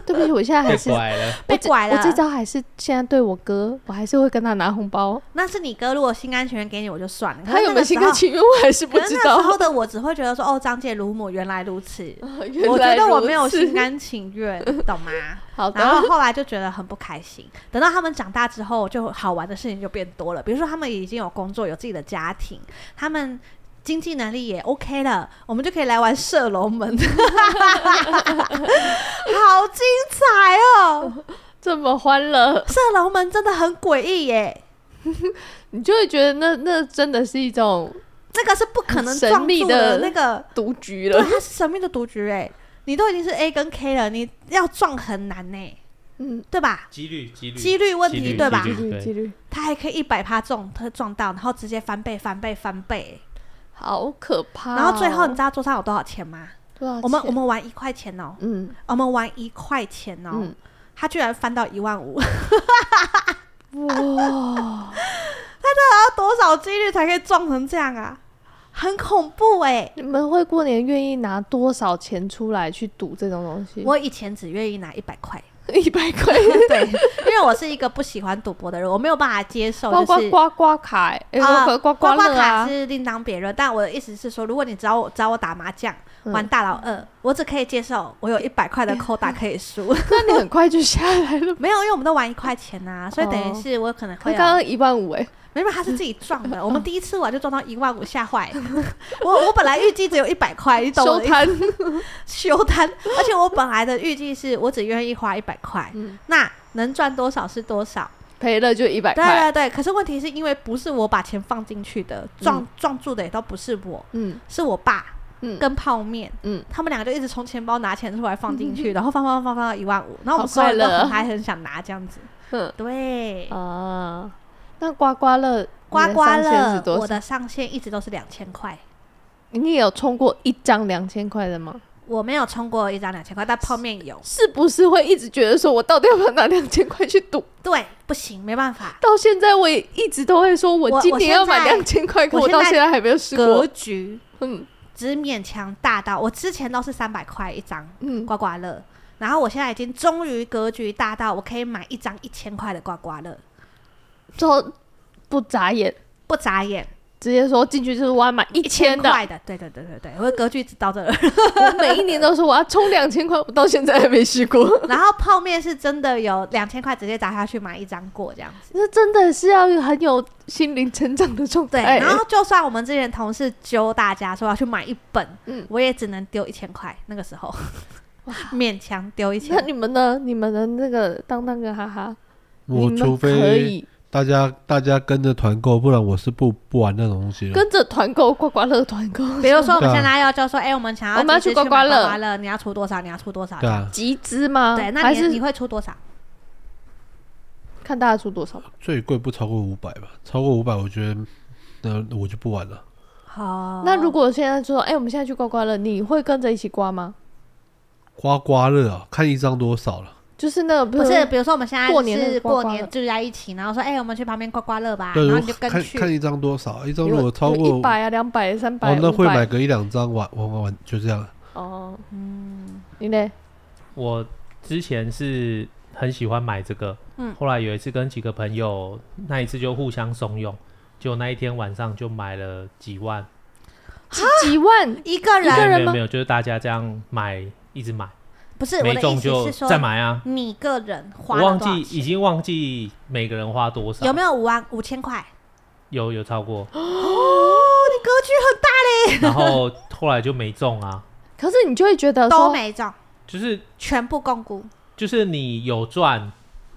A: 对不起，我现在还
D: 太
A: 是
D: 乖了。
B: 被
A: 我这
B: 拐了
A: 我这招还是现在对我哥，我还是会跟他拿红包。
B: 那是你哥如果心甘情愿给你，我就算了。可
A: 他
B: 是
A: 有
B: 那
A: 没有
B: 个
A: 心
B: 时
A: 甘
B: 候
A: 情愿，我还是不
B: 可是
A: 知
B: 那
A: 道
B: 时。候的我只会觉得说，哦，张姐如母，原来如此。
A: 原
B: 我觉
A: 来
B: 得我
A: 如
B: 没有心。
A: 此
B: 甘情愿，懂吗？
A: 好的
B: 然，后后来就觉得很不开心。等到他们长大之后，就好玩的事情就变多了。比如说，他们已经有工作，有自己的家庭，他们经济能力也 OK 了，我们就可以来玩射龙门， 好精彩哦！
A: 这么欢乐，
B: 射龙门真的很诡异耶，
A: 你就会觉得那那真的是一种
B: 这个是不可能
A: 很神
B: 撞
A: 秘
B: 住
A: 的
B: 那 个，
A: 赌局
B: 对，
A: 了。
B: 它是神秘的赌局哎，你都已经是 A 跟 K 了，你要撞很难呢，
A: 嗯，
B: 对吧？
D: 几率几率
B: 几率问题
D: 几率
B: 嗯对吧
D: 几
A: 几
D: 率
A: 率几
D: 对，
A: 率，
B: 他还可以一百趴中，他撞到，然后直接翻倍、翻倍、翻倍，
A: 好可怕哦。
B: 然后最后你知道桌上有多少钱吗？
A: 多少
B: 我们
A: 钱
B: 我们玩一块钱哦，
A: 嗯
B: 我们玩一块钱哦，
A: 嗯
B: 他居然翻到一万 五，
A: 哇，
B: 要多少几率才可以中成这样啊？很恐怖哎、
A: 你们会过年愿意拿多少钱出来去赌这种东西？
B: 我以前只愿意拿一百块，
A: 一百块，
B: 对，因为我是一个不喜欢赌博的人，我没有办法接受
A: 包
B: 就
A: 括
B: 是。
A: 刮刮卡欸，哎，
B: 啊
A: 刮刮
B: 刮
A: 刮乐
B: 卡
A: 啊，
B: 是另当别论，但我的意思是说，如果你找我找我打麻将、
A: 嗯
B: 玩大老二，我只可以接受我有一百 块的扣打可以输，
A: 那你很快就下来了。
B: 没有，因为我们都玩一块钱呐、所以等于
A: 哦
B: 是我可能
A: 他
B: 会啊有
A: 刚刚一万五 哎，
B: 没有，他是自己撞
A: 嗯
B: 的。我们第一次玩就撞到一万五，吓坏 了。我我本来预计只有一百块，你懂我
A: 收
B: 的 意思
A: 摊，
B: 修摊，而且我本来的预计是我只愿意花一百块，
A: 嗯
B: 那能赚多少是多少。
A: 赔了就一百
B: 对
A: 块。
B: 对对，可是问题是因为不是我把钱放进去的，撞、撞住的也都不是我，
A: 嗯
B: 是我爸
A: 嗯
B: 跟泡面。
A: 嗯，
B: 他们两个就一直从钱包拿钱出来放进去，然后放放放放到一万五，然后我们
A: 好
B: 所有人都
A: 快乐
B: 很嗨，很想拿这样子。
A: 哼
B: 对，
A: 啊，那刮刮乐，
B: 刮刮乐
A: 是，多
B: 我
A: 少？
B: 的上限一直都是两千块，
A: 你也有充过一张两千块的吗？
B: 我没有充过一张两千块，但泡面有。
A: 是不是会一直觉得说我到底要不要拿两千块去赌？
B: 对，不行，没办法。
A: 到现在我也一直都会说，
B: 我
A: 我今
B: 我
A: 年
B: 现
A: 要买
B: 在
A: 两千块，可
B: 我
A: 我
B: 现
A: 到
B: 在
A: 现在还没有试
B: 格
A: 过。
B: 局
A: 嗯
B: 只勉强大到，我之前都是三百块一张
A: 嗯，
B: 刮刮乐，然后我现在已经终于格局大到，我可以买一张一千块的刮刮乐，
A: 就不眨眼，
B: 不眨眼，
A: 直接说进去就是我要买一
B: 一千
A: 千的。
B: 块的。对对对对对，我的格局只到这儿。
A: 我每一年都说我要充两千块，我到现在还没试过。
B: 然后泡面是真的有两千块直接砸下去买一张过这样子。
A: 这真的是要很有心灵成长的状
B: 对，
A: 态。
B: 然后就算我们之前同事揪大家说要去买一本，
A: 嗯
B: 我也只能丢一千块。那个时候 勉强丢一千
A: 那，你们呢？你们的那个当当跟哈哈，
C: 我
A: 你
C: 除
A: 们可
C: 非
A: 以
C: 大家大家跟着团购，不然我是不不玩那种东西的。
A: 跟着团购刮刮乐团购
B: 比如说，我们
C: 对啊
B: 现在要就说，哎、我们想要
A: 我们要
B: 集资
A: 去
B: 去买
A: 刮
B: 刮
A: 刮乐
B: 乐，你要出多少？你要出多少？
C: 对啊，
A: 集资吗？
B: 对，那
A: 还
B: 你你
A: 是
B: 会出多少？
A: 看大家出多少
B: 哦
A: 吧。
C: 最贵不超过五百吧，超过五百我觉得那我就不玩了。
B: 好
A: 那如果现在说，哎，我们现在去刮刮乐，你会跟着一起刮吗？
C: 刮刮乐啊，看一张多少了。
A: 就是那个
B: 不是，比如说我们现在
A: 过年那
B: 是
A: 个刮刮
B: 过
A: 乐
B: 年聚在一起，然后说，哎、我们去旁边刮刮乐
A: 啊
B: 吧，
C: 对，
B: 然后你
C: 如
B: 就
C: 看
B: 跟去。
C: 看一张多少，一张如果超过
A: 一百啊、两百、三百，
C: 哦，那会
A: 500
C: 买个一两张玩玩玩玩，就这样。
A: 哦。嗯，你嘞？
D: 我之前是很喜欢买这个，
B: 嗯
D: 后来有一次跟几个朋友，那一次就互相怂恿，结果那一天晚上就买了几万，
A: 几几万？
B: 一个
A: 一
B: 人
A: 个人
D: 没有
A: 吗
D: 没有，就是大家这样买，一直买，
B: 不是我
D: 没
B: 的
D: 中
B: 意思
D: 就是
B: 说，
D: 再买啊。
B: 你个人花
D: 我
B: 了
D: 忘
B: 多少
D: 记已经忘记每个人花多少，
B: 有没有五万五千块？
D: 有有超过，
B: 哦，你格局很大，
D: 然后后来就没中啊，
A: 可是你就会觉得
B: 都
A: 说，
B: 没中，
D: 就是
B: 哦全部共 估。
D: 就是你有赚，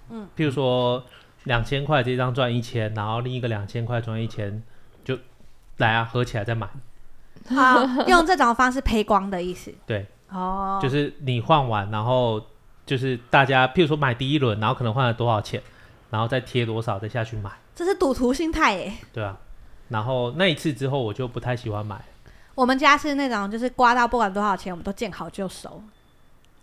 B: 嗯
D: 譬如说两千块这张赚一千，然后另一个两千块赚一千，就来啊，合起来再买，
B: 好，用这种方式赔光的意思。
D: 对，
B: 哦，
D: 就是你换完，然后就是大家譬如说买第一轮，然后可能换了多少钱，然后再贴多少再下去买，
B: 这是赌徒心态耶。
D: 对啊，然后那一次之后我就不太喜欢买，
B: 我们家是那种，就是刮到不管多少钱，我们都见好就收。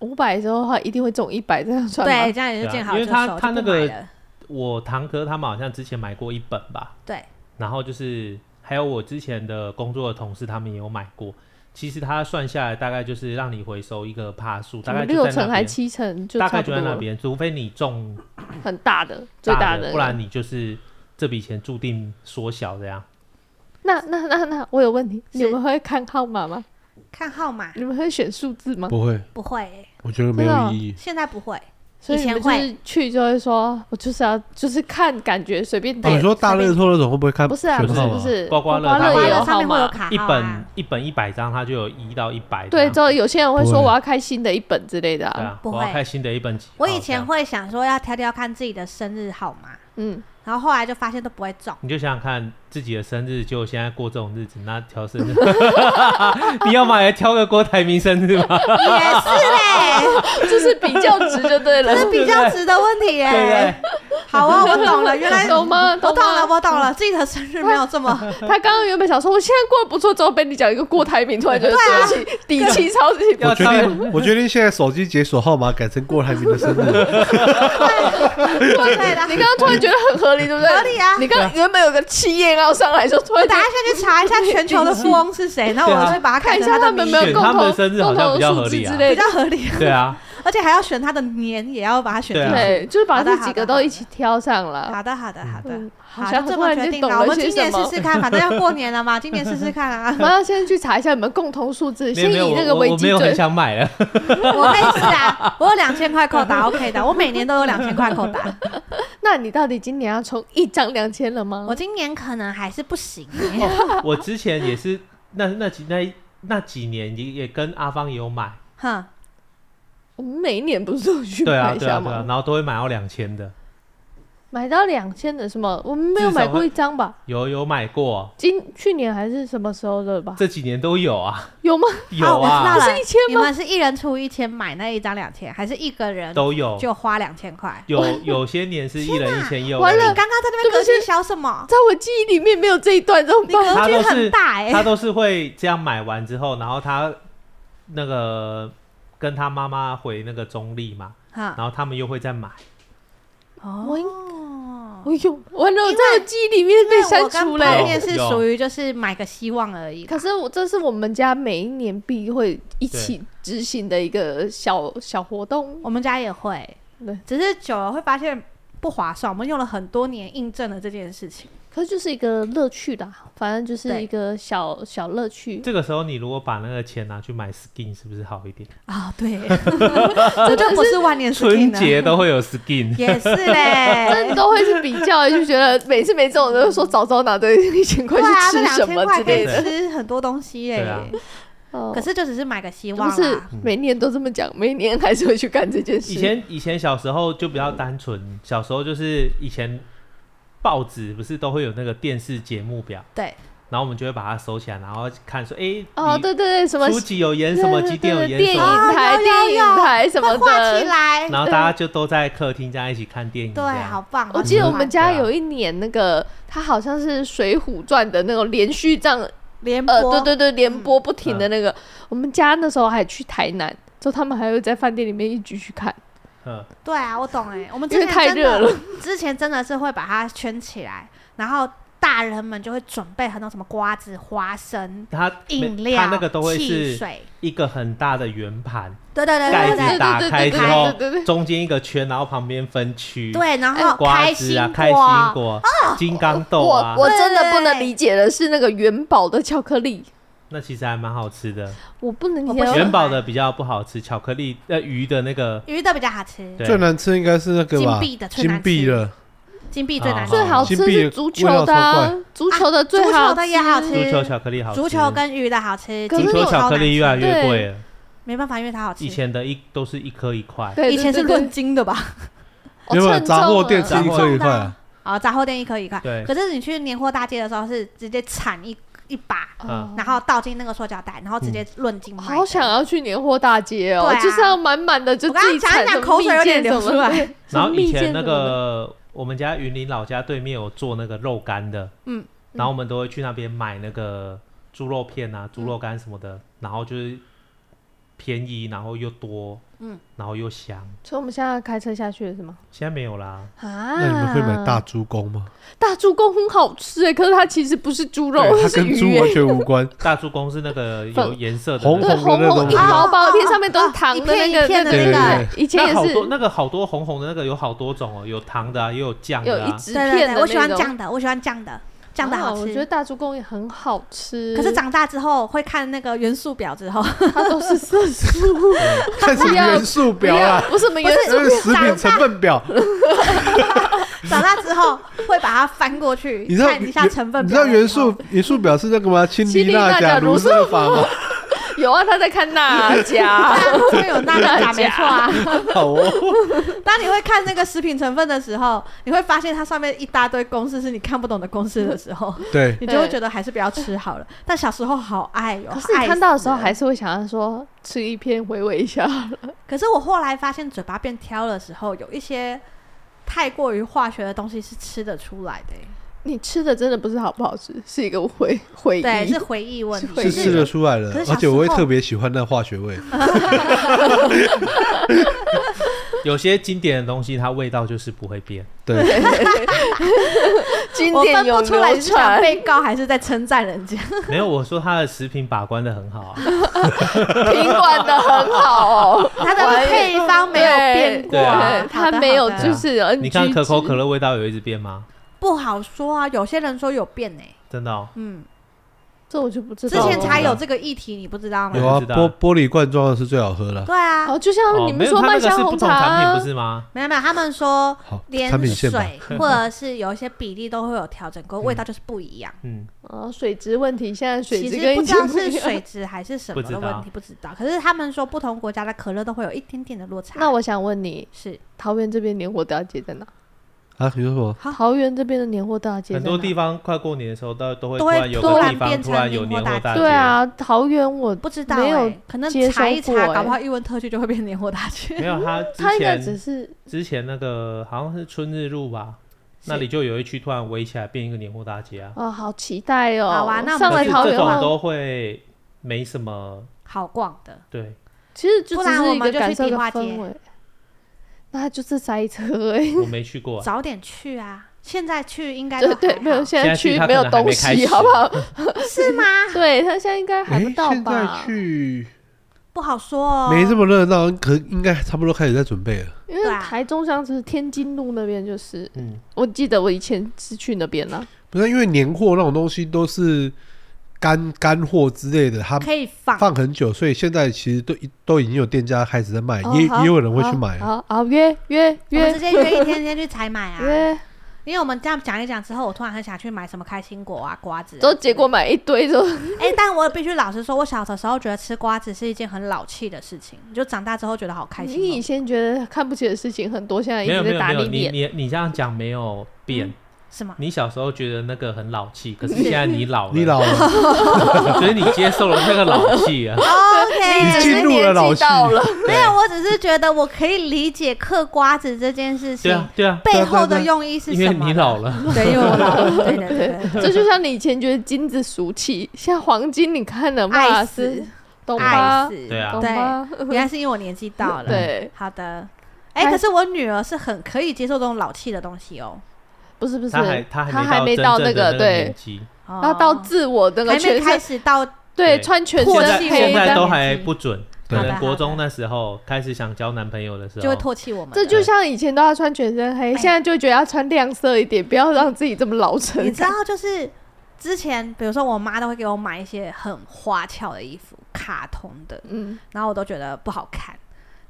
A: 五百之后的话一定会中一百，这样算吗？
B: 对，，这样也
D: 对
B: 就
D: 啊
B: 见
D: 因
B: 好
D: 为
B: 就收，
D: 他
B: 就
D: 他
B: 不
D: 那个
B: 买了
D: 我堂哥他们好像之前买过一本吧，
B: 对，
D: 然后就是还有我之前的工作的同事，他们也有买过。其实它算下来大概就是让你回收一个帕数，大概就
A: 六
D: 在
A: 成
D: 那
A: 还
D: 边，
A: 七成就
D: 大
A: 差
D: 概
A: 不
D: 就
A: 多
D: 在那
A: 了，
D: 边，除非你中
A: 很大的最大
D: 的，
A: 的。
D: 不然你就是这笔钱注定缩小这样。
A: 那那那那，我有问题，
B: 是
A: 你们会看号码吗？
B: 看号码
A: 你们会选数字吗？
C: 不会，
B: 不会耶，
C: 我觉得没
A: 嗯真的哦
C: 有意义。
B: 现在不会。
A: 所以
B: 以
A: 你
B: 前
A: 们就
B: 会
A: 是去就会说，我就是要就是看感觉随便
C: 哦，
A: 点。
C: 你说大乐透那种会不会看
A: 不是啊，
C: 选
A: 不
D: 全
A: 是
C: 号
D: 套
C: 码
A: 不是，
D: 刮刮乐
A: 刮
D: 它会
A: 乐也
D: 有
A: 有
B: 上
A: 号
B: 面会有
A: 码。
B: 卡号啊
D: 一本一本一百张，它就有一到一百。
A: 对，之
D: 这样
A: 后有些人会
C: 不
A: 说
C: 会
A: 我要开新的一本之类的
D: 啊对
A: 啊。
D: 啊，
B: 不
D: 我要
B: 会
D: 开新的一本几号
B: 我
D: 这样。
B: 以前会想说要挑挑看自己的生日号码，
A: 嗯，
B: 然后后来就发现都不会 中。
D: 你就想想看，自己的生日就现在过这种日子，那挑生日， 你要么也挑个郭台铭生日嘛，
B: 也是嘞，
A: 就是比较值就对了
B: 这。是比较值的问题
D: 对不对
B: 耶。？好啊，我懂了，原来
A: 懂吗？
B: 我懂了，
A: 吗嗯
B: 我懂了，自己的生日没有 这么
A: 他刚刚原本想说，我现在过得不错，之后被你讲一个郭台铭，突然 觉得
B: 啊
A: 对不起，底气超级不
D: 要
C: 我决
D: 挑
C: 定，我决定现在手机解锁号码改成郭台铭的生日。
B: 对的。
A: 你刚刚突然觉得很合理，对不对？
B: 啊合理啊
A: 你刚刚原本有个气焰要上来，就突然
B: 大家先去查一下全球的富翁是谁，然后我去把它
A: 啊看
B: 改
A: 一
B: 成
A: 下
B: 的
A: 他们有
B: 名
A: 没有
D: 选
A: 共
D: 他们
A: 同
D: 的生日好
A: 共
D: 像
A: 同
D: 比较
A: 的
D: 合
A: 数字
D: 理啊
A: 之
B: 比
A: 类的
B: 较。合理，
D: 对啊，
B: 而且还要选他的年，也要把它选进
D: 对啊
B: 去。
A: 对，就是把
B: 好的
A: 这几个都一起挑上了。
B: 好的，好的，好的
A: 嗯，好
B: 好，
A: 像
B: 就这
A: 突
B: 么
A: 然
B: 决
A: 间
B: 定
A: 懂
B: 了。我
A: 了
B: 们
A: 些
B: 今年
A: 什么
B: 试 试看，反正要过年了嘛，今年试试看啊
A: 我。们要先去查一下有没有共同数字，
D: 没有
A: 先
D: 没有，
A: 以那个
D: 我
A: 为
D: 我没
A: 基
D: 有很
A: 准。
D: 想买了，
B: 我可以试啊， 我有两千块扣打，OK 的，我每年都有两千块扣打。
A: 那你到底今年要充一张两千了吗
B: 我？今年可能还是不行耶，
A: 哦
D: 我之前也是那那几那那几年也也跟阿芳也有买，
B: 哼，
A: 我们每一年不是都去
D: 对啊
A: 买一
D: 对啊
A: 下
D: 对啊，
A: 吗？
D: 然后都会买到两千的，
A: 买到两千的什么？我们没有
D: 至少
A: 买过
D: 会
A: 一张吧？
D: 有有买过，啊
A: 今去年还是什么时候的吧？
D: 这几年都有啊，
A: 有吗？
D: 有
B: 我知道
D: 啊，
B: 了，
A: 不是1000吗
B: 你们是一人出一千买那一张两千，还是一个人
D: 都有，
B: 就花两千块？
D: 有有些年是一人一千，也有
A: 完
D: 人
A: 了
B: 你刚刚在那边
A: 这
B: 隔
A: 不是
B: 区小什么？
A: 在我记忆里面没有这一段，怎么
B: 你
A: 办？
B: 格
D: 他
B: 局
D: 都
B: 很
D: 是
B: 大哎、
D: 他都是会这样买完之后，然后他那个跟他妈妈回那个中立嘛，
B: 哈
A: 啊
D: 然后他们又会再买。
A: 哎我应
B: 哦，
A: 哎呦，完了，
B: 因
A: 我
B: 为
A: 在我记忆里面被删除
B: 因为我跟泡
A: 嘞。
B: 面是
D: 有
B: 属于就是买个希望而已啦。
A: 可是我这是我们家每一年必会一起执行的一个小小活动，
B: 我们家也会
A: 对，
B: 只是久了会发现不划算。我们用了很多年印证了这件事情。
A: 可是就是一个乐趣啦，反正就是
B: 对
A: 一个小小乐趣。
D: 这个时候，你如果把那个钱拿去买 skin，是不是好一 点？
B: 啊、对， 这就不是万年事
D: 春
B: 情了。
D: 节都会有 skin，
B: 也是
A: 真的
B: 嘞，
A: 都会去比较，就觉得每次每次我都说早知道拿这一千块
B: 对啊，
A: 去
B: 这
A: 吃
B: 两
A: 什
B: 千
A: 么
B: 块
A: 之
B: 可
A: 类
B: 以
A: 的。
B: 吃很多东西耶、
D: 对啊
A: 哦
B: 可是就只是买个希望啊
A: 不是
B: 啦。
A: 每年都这么讲，每年还是会去干这件事。
D: 以前以前小时候就比较单纯，小时候就是以前报纸不是都会有那个电视节目表，
B: 对，
D: 然后我们就会把它收起来，然后看说，哎，
A: 哦，
D: 你
A: 对对对，什么
D: 初几有演什么，几点有
A: 对对对
D: 演什
A: 电
D: 么，
A: 影台、
B: 哦有
A: 电
B: 有
A: 影台什么
B: 会画起
A: 的。
B: 来，
D: 然后大家就都在客厅这样一起看电影这
B: 对
D: 样，，
B: 好棒。
A: 我记得我们家
D: 对啊
A: 有一年那个，它好像是《水浒传》的那种连续这样，
B: 联播、
A: 呃，对对对，连播不停的
D: 嗯
A: 那个。我们家那时候还去台南，之后他们还会在饭店里面一起去看，
D: 嗯，
B: 对啊，我懂哎、我们
A: 因
B: 之
A: 为
B: 前
A: 太
B: 真
A: 热
B: 的
A: 了。
B: 之前真的是会把它圈起来，然后大人们就会准备很多什么瓜子、花生、
D: 它
B: 饮
D: 每
B: 料、
D: 它那个都会
B: 汽
D: 是
B: 水，
D: 一个很大的圆盘，
B: 对对对
D: 盖
B: 对
D: 子
B: 对
D: 打开之后
A: 对对对对对，
D: 中间一个圈，然后旁边分区，
B: 对，对，然后
D: 瓜
B: 开
D: 子
B: 心
D: 啊，
B: 果，哦
D: 开心果、金刚豆
A: 我
D: 啊，
A: 我真的不能
B: 对
A: 理解的是那个元宝的巧克力，
D: 那其实还蛮好吃的。
A: 我不能理
B: 我
A: 解哦
B: 不喜
A: 到
D: 元
B: 欢
D: 宝的比较不好吃，巧克力呃鱼的那个，
B: 鱼的比较好吃，
D: 对
C: 最难吃应该是那个吧，
B: 金币的最
C: 金
B: 难吃
C: 币了，
B: 金币最难吃，
D: 哦
A: 最好吃
C: 金啊币
A: 是
C: 的
A: 足
C: 味
A: 球
C: 道
A: 的
C: 超
A: 啊，足球的最好
B: 足球的也好吃
D: 足球巧克力好吃，
B: 足球跟鱼的好吃，
A: 可
B: 金
A: 是
D: 足
B: 币
D: 球
B: 超
D: 巧克
B: 难
D: 力
B: 吃
D: 越来越贵了，
B: 没办法，因为它好吃
D: 以。前的一都是一颗一块，
A: 对，
B: 以前是论
A: 论
B: 斤的吧？
A: 哦
C: 原本杂货店吃
D: 称
C: 一
D: 重
C: 块一块啊，
B: 啊，杂货店一颗一块。
D: 对
B: 可是你去年货大街的时候，是直接铲一一把，
D: 啊
B: 然后倒进那个塑胶袋，然后直
C: 嗯
B: 接论斤卖的。
A: 哦好想要去年货大街哦，
B: ，Oh 对啊
A: 就是要满满的就
B: 我刚
A: 自己
B: 刚讲
A: 产
B: 一讲，
A: 什么
B: 口
A: 蜜
B: 水有点
A: 饯
B: 流
A: 什
B: 出
A: 么
B: 来
A: 的，。
D: 然后以前那
A: 什么
D: 个我们家云林老家对面有做那个肉干的，
B: 嗯，
D: 然后我们都会去那边买那个猪肉片啊、猪肉干什么的，然后就是便宜，然后又多，
B: 嗯，
D: 然后又香。
A: 所以我们现在开车下去了是吗？
D: 现在没有啦，
A: 啊，
C: 那你们会买大猪公吗？
A: 大猪公很好吃哎，可是它其实不是猪肉，
C: 对，它
A: 是
C: 跟
A: 鱼
C: 猪
A: 耶。
C: 完全无关。
D: 大猪公是那个有
A: 粉
D: 颜色的
C: 红
D: 那个，
A: 对，红
C: 的那
A: 红
C: 种
A: 一包包
B: 哦
A: 片上面都
B: 哦
A: 是糖的那
B: 一
A: 个
B: 片一片的
C: 那个
A: 那个，以前
D: 那
A: 也
D: 好
A: 是
D: 多那个好多红红的那个有好多种哦，有糖的啊，也有酱
A: 有
D: 的
A: 一
D: 啊。
A: 纸
B: 对对
A: 片的
B: 对，我喜欢
A: 那种
B: 酱的，我喜欢酱的。酱的
A: 啊
B: 好吃。
A: 我觉得大猪公也很好吃。
B: 可是长大之后会看那个元素表之后，
A: 它都是色素，
C: 看什么元素
A: 不
C: 表
A: 要
C: 啦，
A: 不是什 么元素
C: 那是食品成分表。
B: 长大之后会把它翻过去
C: 你知道
B: 看一下成分表。
C: 你知道元素 元素表是那个吗？氢
A: 氢
C: 离
A: 离钠
C: 钾
A: 钾
C: 卢
A: 卢
C: 瑟法吗？
A: 有啊，他在看钠
B: 啊
A: 钾，，
B: 这个有 钠跟钾没错啊。
C: 好哦，
B: 当你会看那个食品成分的时候，你会发现它上面一大堆公式是你看不懂的公式的时候，
C: 对，
B: 你就会觉得还是不要吃好了。但小时候好爱哟、
A: 可是你
B: 爱
A: 看到的时候
B: 死
A: 还
B: 了
A: 是会想要说吃一片回味一下。
B: 可是我后来发现，嘴巴变挑的时候，有一些太过于化学的东西是吃得出来的、欸
A: 你吃的真的不是好不好吃，是一个回回忆。
B: 对，是回忆问
A: 是
B: 题。
A: 回忆
C: 是吃得出来的
B: 可是，小时候
C: 而且我会特别喜欢那化学味。
D: 有些经典的东西，它味道就是不会变。
C: 对，
A: 经
B: 我
A: 典
B: 分
A: 有
B: 不出来
A: 流
B: 是想
A: 传。
B: 被告还是在称赞人家。
D: 没有，我说它的食品把关的很好啊。
A: 品管的很好 哦，
B: 它的配方没有变过，
D: 对啊
B: 好的
A: 他没有
B: 好的
A: 就是 NG
D: 你看可口可
A: 值，
D: 乐味道有一直变吗？
B: 不好说啊。有些人说有变呢、
D: 真的哦，
B: 嗯，
A: 这我就不知
B: 之
A: 道了。
B: 前才有这个议题，你不知道吗？
C: 有啊，
D: 我知道
C: 玻玻璃罐装的是最好喝的。
B: 对啊，
A: 哦，就像
D: 哦，
A: 你
D: 没
A: 们
D: 有，
A: 说
D: 它
A: 麦
D: 那个
A: 香
D: 是不
A: 红
D: 同
A: 茶
D: 产
A: 啊
D: 品不，是吗？
B: 没有没有，他们说
C: 好，
B: 连
C: 产品线吧。
B: 水或者是有一些比例都会有调整过，味道就是不一样。
D: 嗯，
A: 哦，水质问题，现在水
B: 其
A: 质
B: 实
A: 跟
B: 不
A: 以
B: 知
A: 前
B: 道
A: 不
B: 是
A: 一样
B: 水。质还是什么的问题，不知道。可是他们说不同国家的可乐都会有一点点的落差。
A: 那我想问你，
B: 是
A: 桃园这边年货大街在哪？
C: 啊，你说什么？
B: 啊
A: 桃园这边的年货大街在
D: 很
A: 哪
D: 多地方快过年的时候都都会
B: 都
D: 突
B: 会
D: 然有
B: 突
D: 个
B: 然
D: 地方
B: 变
D: 突然
B: 成
D: 有
B: 年货
D: 年货
B: 大
D: 大
B: 街
D: 街。
A: 对，啊，桃园我
B: 不知道、欸，
A: 没有
B: 可能
A: 接
B: 查一
A: 收过
B: 查，
A: 欸
B: 搞不好一文特区就会变年货大街。
D: 没有， 它之
A: 它应该只
D: 前
A: 是
D: 之前那个好像是春日路吧，
B: 是
D: 那里就有一区突然围起来变一个年货大街啊。
A: 哦，好期待哦！
B: 好啊那我们
A: 上
D: 可
A: 来
D: 是
A: 桃
D: 这
A: 园
D: 种
A: 后，
D: 都会没什么
B: 好逛的，
D: 对，
A: 其实就
B: 不
A: 只
B: 然我
A: 是一
B: 们就去
A: 个感受
B: 迪
A: 的
B: 化街
A: 氛围。那就是塞车哎、
D: 我没去 过啊。
B: 早点去啊！现在去应该都
A: 对对，
B: 还
A: 没有，
B: 好啊
A: 现
D: 现在去
A: 去
D: 它可
A: 没有
D: 能还
A: 东
D: 没开始
A: 西，好不好？
B: 是吗？
A: 对他现在应该还不
C: 哎，
A: 到
C: 现在
A: 吧？
C: 去
B: 不好说哦。
C: 没这么热闹，可应该差不多开始在准备了。
A: 因为
B: 对啊
A: 台中像是天津路那边，就是
D: 嗯，
A: 我记得我以前是去那边啊啦。
C: 不是因为年货那种东西都是干干货之类的，它
B: 可以放，
C: 放很久，所以现在其实都已都已经有店家开始在
D: 哎
C: 卖，
A: 哦
C: 也
A: 好
C: 也有人会去
A: 好
C: 买
B: 哦
C: 啊。
A: 好好约约
B: 我们直
A: 约
B: 接约一天天去采买啊。
A: 约，
B: 因为我们这样讲一讲之后，我突然很想去买什么开心果啊、瓜子啊之类
A: 之后
B: 的。
A: 结果买一堆之后，
B: 哎、但我必须老实说，我小的时候觉得吃瓜子是一件很老气的事情，就长大之后觉得好开心、
A: 你以
B: 哦。
A: 前觉得看不起的事情很多，现在一
D: 没有没
A: 直在
D: 有
A: 打
D: 没有，你
A: 脸。嗯
D: 你你这样讲没有变。
B: 是 吗？。
D: 你小时候觉得那个很老气，可是现在你老了，
C: 你 老了，
D: 所以你接受了那个老气 啊
B: OK，哦
C: 你进入了老戏
A: 到了，
B: 没有，我只是觉得我可以理解嗑瓜子这件事
D: 对
B: 情、
D: 啊，对啊，
B: 背后的用意是
D: 因为
B: 什么。
D: 你老，了，
B: 对，因为我老 了，对对对对，
A: 这就像你以前觉得金子俗气，现在黄金你看了
B: 爱
A: 骂
B: 死
A: 死，，懂
B: 爱
A: 吗？
B: 死，
D: 对啊
A: 懂
B: 对，
A: 吗？
B: 原来是因为我年纪到了。
A: 对，
B: 好的。哎、可是我女儿是很可以接受这种老气的东西哦。
A: 不是不是，
D: 他还他
A: 他
D: 还
A: 没
D: 没
A: 到
D: 真正的
A: 个
D: 个
A: 对
D: 年，纪，
B: 哦
A: 他到自我那个
B: 还没
A: 全
B: 开
A: 身，
B: 始到
A: 对，
D: 对啊
A: 穿全身
B: 唾
D: 现在
B: 弃我
A: 黑
B: 们
D: 现在
A: 的。
D: 都还不准，可
C: 对
B: 好的
D: 能国中那时候开始想交男朋友的时候，
B: 就会唾弃我们的。
A: 这就像以前都要穿全身黑，
B: 哎
A: 现在就觉得要穿亮色一点，不要让自己这么老成。
B: 你知道，就是之前，比如说我妈都会给我买一些很花俏的衣服，卡通的，
A: 嗯，
B: 然后我都觉得不好看。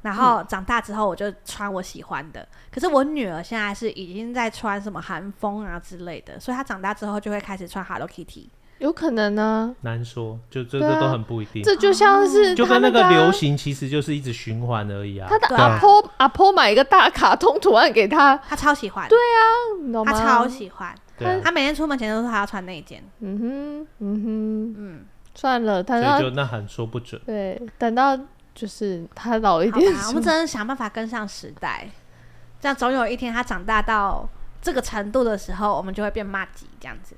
B: 然后长大之后，我就穿我喜欢的。可是我女儿现在是已经在穿什么韩风啊之类的，所以她长大之后就会开始穿 Hello Kitty。
A: 有可能呢、
D: 难说，就这
A: 对啊
D: 这都很不一定。
A: 这就像是
D: 嗯就
A: 他
D: 跟那
A: 个
D: 个
A: 啊
D: 流行其实就是一直循环而已啊
A: 他。的
B: 对啊
A: 阿婆阿婆买一个大卡通图案给他，
B: 她超喜欢，
A: 你懂
B: 她
A: 吗？
B: 超喜欢。
D: 对啊，
B: 她每天出门前都说她要穿那一件。
A: 嗯哼，嗯
B: 嗯，
A: 哼，算了，等
D: 所以
A: 到
D: 就那很说不准。
A: 对，等到就是他老一
B: 好
A: 点的
B: 吧，我
A: 时候
B: 们只能想办法跟上时代。这样总有一天她长大到这个程度的时候，我们就会变骂鸡这样子。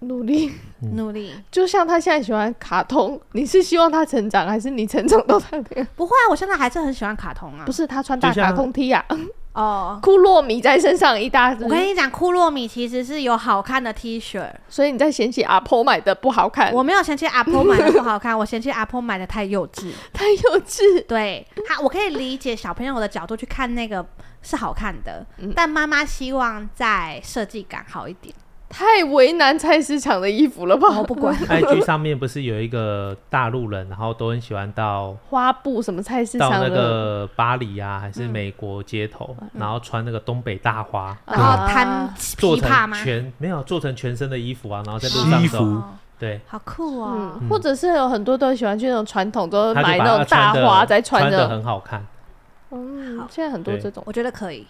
A: 努力。
D: 嗯
B: 努力。
A: 就像他现在喜欢卡通，你是希望他成长，还是你成长到他那样？
B: 不会啊，我现在还是很喜欢卡通啊。
A: 不
B: 是
A: 是他穿大
D: 就像
A: 卡通 T 啊，
B: 哦。
A: 库洛米在身上一大
B: 我跟
A: 堆，
B: 你讲，库洛米其实是有好看的 T 恤，
A: 所以你在嫌弃阿婆买的不好看，
B: 我没有嫌弃阿婆买的不好看，我嫌弃阿婆买的太幼稚。
A: 太幼稚。
B: 对他，我可以理解小朋友的角度去看那个是好看的，
A: 嗯
B: 但妈妈希望在设计感好一点。
A: 太为难菜市场的衣服了吧？
B: 我不 管
D: IG 上面不是有一个大陆人，然后都很喜欢到
A: 花布什么菜市
D: 到
A: 场
D: 那
A: 的，
D: 个巴黎啊，还是美国街头，然后穿那个东北大花，
B: 然后摊
A: 啊
D: 做
B: 琵琶
D: 成
B: 吗？
D: 全没有做成全身的衣服啊，然后在路
C: 西
D: 上走，
C: 服
B: 哦，
D: 对，
B: 好酷哦！
A: 嗯，或者是有很多都喜欢去那种传统，都
D: 他
A: 买
D: 就把它
A: 那种大
D: 穿的
A: 花在穿
D: 穿的
A: 的。
D: 很好看，
A: 嗯
B: 好，
A: 现在很多这种，
B: 我觉得可以，
D: 嗯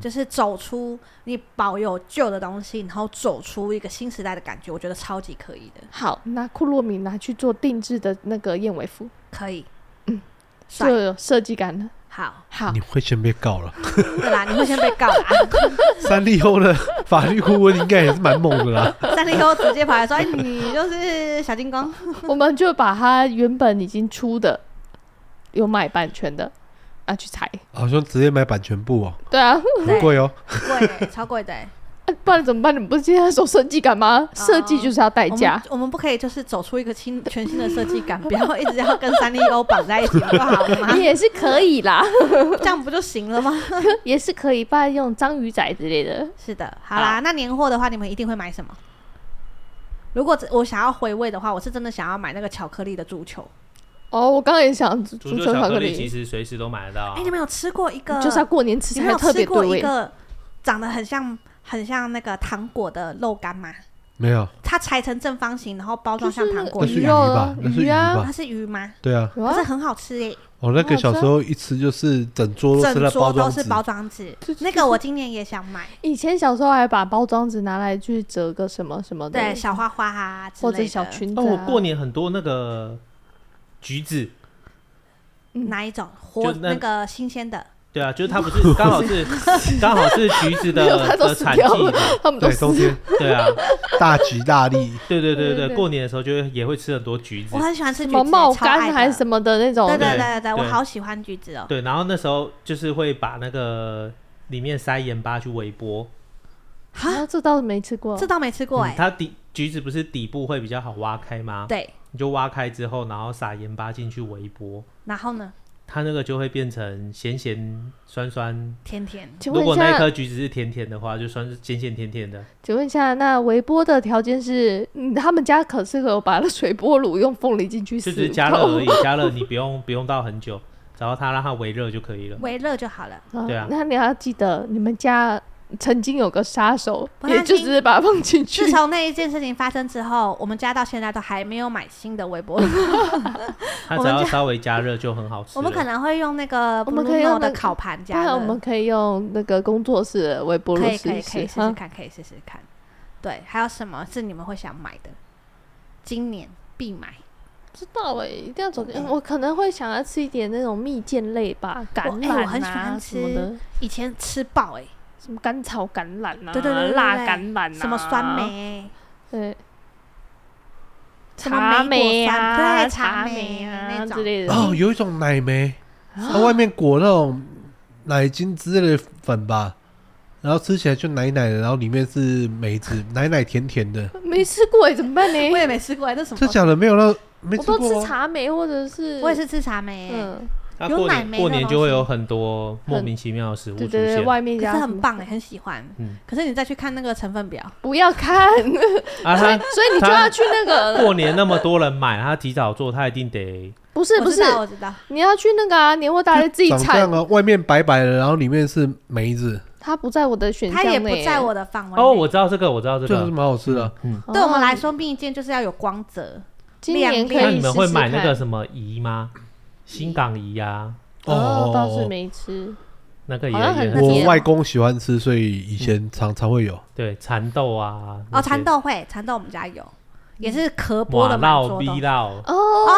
B: 就是走出你保有旧的东西，然后走出一个新时代的感觉，我觉得超级可以的，
A: 好，拿库洛米拿去做定制的那个燕尾服，
B: 可以。
A: 就
B: 帅
A: 有设计感了。
B: 好，
A: 好
C: 你，会先被告了。
B: 对啦，你会先被告啊啦。
C: 三丽鸥的法律顾问应该也是蛮猛的 啦。
B: 三零后直接跑来说：“哎，你就是小金刚。
A: 我们就把它原本已经出的有买版权的啊去裁。
C: 好像直接买版权部哦，
A: 对啊，
C: 很贵哦。
B: 贵，超贵的欸。
A: 啊不然怎么办？你不是今天说设计感吗？设计就是要代
B: 我
A: 价
B: 们。我们不可以就是走出一个新全新的设计感，不要一直要跟三丽鸥绑在一起，不好吗？
A: 也是可以啦，
B: 这样不就行了吗？
A: 也是可以，不然用章鱼仔之类的。
B: 是的，好啦，那年货的话，你们一定会买什么？如果只我想要回味的话，我是真的想要买那个巧克力的足球。
A: 哦，我刚刚也想足
D: 足
A: 球
D: 球
A: 巧
D: 巧
A: 克
D: 克力其
A: 力，
D: 实随时都买得到啊
B: 哎、，你们有吃过一个？
A: 就是要过年吃
B: 你
A: 才
B: 们有
A: 特
B: 吃
A: 别
B: 过
A: 对
B: 一
A: 味。
B: 个长得很像很像那个糖果的肉干吗？
C: 没有，
B: 它裁成正方形，然后包装像糖果
C: 那
A: 就是
B: 一
C: 鱼
B: 样。
C: 吧？那是
A: 鱼
C: 鱼
A: 啊
C: 吧
B: 它？是鱼吗？
C: 对啊，
A: 有
B: 可
A: 啊
B: 是，很好吃耶、
C: 我那个小时候一吃就是整桌都是
B: 整
C: 那
B: 桌
C: 包
B: 都
C: 装
B: 是
C: 纸，
B: 包装纸
A: 这。
B: 那个我今年也想买，
A: 以前小时候还把包装纸拿来去折个什么什么的，
B: 对，小花花啊之
A: 或
B: 类的，
A: 者小裙子、
D: 哦，
A: 啊
D: 我过年很多那个橘子，
A: 嗯
B: 哪一种活
D: 就那
B: 那个新鲜的？
D: 对啊，就是它不是刚好是刚好是橘子的
A: 它都
D: 的
A: 死
D: 产季
A: 掉了
D: 嘛，
A: 他们都
C: 对，冬
A: 是
C: 天
D: 对啊，
C: 大吉大利。
D: 对对对
A: 对
D: 对
A: 对
D: 对，过年的时候就会也会吃很多橘子
B: 我，很喜欢吃
A: 什
B: 橘
A: 么
B: 子，
A: 帽
B: 超爱
A: 干
B: 的
A: 还是什么的那种
B: 对
D: 的对
B: 对对对，我
D: 对
B: 好喜欢橘子哦。
D: 对，然后那时候就是会把那个里面塞盐巴去微波，
A: 啊，这倒是没吃过
B: 这。倒没吃过
D: 嗯
B: 哎，
D: 它底橘子不是底部会比较好挖开吗？
B: 对，
D: 你就挖开之后，然后撒盐巴进去微波，
B: 然后呢，
D: 它那个就会变成咸咸酸酸。
B: 甜甜
A: 请
D: 如
A: 问一
D: 果那一
A: 下，
D: 颗橘子是甜甜的话，就算是咸咸甜甜的。
A: 请问一下，那微波的条件是，嗯，他们家可是有把那水波炉用凤梨进去
D: 就
A: 死
D: 是加热而已， 加热你不用不用到很久，然后它让它微热就可以了。
B: 微热就好了。
D: 对啊
A: 哦那你要记得，你们家曾经有个杀手，
B: 不太
A: 也就只是把它放进去
B: 自。从那一件事情发生之后，我们家到现在都还没有买新的微波炉，
D: 它
B: 我
D: 只
B: 们
D: 要
B: 家
D: 稍微加热就很好吃了。
B: 我们可能会用那个
A: 我们可以用
B: Bruno 的
A: 那个
B: 烤盘
A: 不
B: 加
A: 然
B: 热，
A: 我们可以用那个工作室的微波炉
B: 可以
A: 试
B: 可以
A: 一
B: 可以
A: 试
B: 试
A: 啊
B: 试看，可以试试看。对，还有什么是你们会想买的？今年必买。
A: 知道哎、一定要走进、嗯我可能会想要吃一点那种蜜饯类吧，橄
B: 我
A: 榄
B: 哎
A: 啊、
B: 我很喜欢
A: 什么的，
B: 以前吃爆哎、
A: 什么甘草橄榄啊，
B: 对对对对对
A: 辣橄榄啊，
B: 什么酸，梅、
A: 对，
B: 什么
A: 茶
B: 莓
A: 梅
B: 果酸
A: 啊，
B: 对，茶
A: 梅啊
B: 那
A: 之
B: 种。
A: 类的。
C: 哦，有一种奶梅，
A: 啊
C: 它外面裹那种奶精之类的粉吧，然后吃起来就奶奶的，然后里面是梅子，奶奶甜甜的。
A: 没吃过哎、怎么 办呢？
B: 我也没吃过哎，那什
C: 这
B: 么？
C: 假的没有那没
A: 我
C: 吃
A: 都
C: 过
A: 吃
C: 啊、
A: 茶梅或者是，
B: 我也，是吃茶梅哎、
A: 嗯，
D: 它
B: 有
D: 过
B: 奶
D: 年
B: 梅
D: 过
B: 的
D: 年
B: 东
D: 就会
B: 西
D: 有很多莫名其妙的食物
A: 对
D: 出
A: 对对，
D: 现。
A: 外面
B: 可
A: 加
B: 是
A: 什
B: 很
A: 么
B: 棒哎、很喜欢。
D: 嗯
B: 可是你再去看那个成分表，
A: 不 要看，所
D: 啊，它
A: 以所以你就要去那个，
D: 过年那么多人买，它提早做，它一定得
A: 不是不是
B: 我知，道，我知道。
A: 你要去那个啊，年货大街自己
C: 长这
A: 产
C: 样，啊，外面白白的，然后里面是梅子，
A: 它不在我的选项
B: 它
A: 内，欸
B: 也不在我的范围内。
D: 哦，我知道这个，我知道这
C: 这个是
D: 个。
C: 蛮好吃的啊。
D: 嗯，
A: 哦。
B: 对我们来说，蜜饯就是要有光泽。
A: 今年可以
D: 那你们会买那个
A: 试试
D: 什么饴吗？新港饴啊，
A: 看哦，倒是
C: 哦，
A: 没吃。
D: 那个也
A: 好像很
D: 也
A: 难
C: 我
A: 甜
C: 外公喜欢吃，所以
A: 嗯
C: 以前常常会有。
D: 对蚕豆啊，
B: 哦，蚕豆会，蚕豆我们家有，也是壳剥
D: 哇
B: 了蛮
D: 烙
B: 多的
D: 逼。烙，
A: 哦，
B: 哦，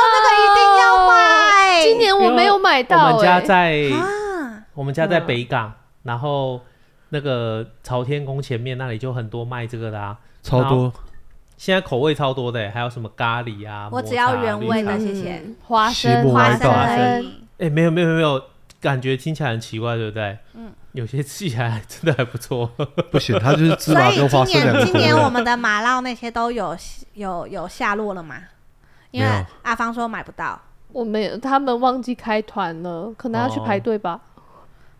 A: 那
B: 那个一定要买。
A: 今年我没有买到、
D: 我们家
A: 哎
D: 在
B: 啊，
D: 我们家在
A: 嗯
D: 北港，然后那个朝天宫前面那里就很多卖这个的啊。
C: 超多
D: 现在口味超多的欸，还有什么咖喱啊？
B: 我
D: 抹茶
B: 只要原味的
D: 绿茶
B: 谢谢
A: 嗯花
C: 西
A: 生
C: 部
A: 花
C: 歪
B: 花
C: 豆
B: 生
D: 花
B: 而
D: 生
B: 已。
D: 哎、没有没有没有，感觉听起来很奇怪，对不对？嗯，有些吃起来真的还不错。
B: 哦
C: 不 行，它就是芝
B: 所
C: 麻
B: 以
C: 跟花
B: 今
C: 生两个
B: 年今
C: 口
B: 年我
C: 味。
B: 们的马酪那些都有有有下落了吗？因
C: 没
B: 为
C: 有
B: 阿芳说买不到
A: 我没有，他们忘记开团了，可能要去
D: 哦
A: 排队吧。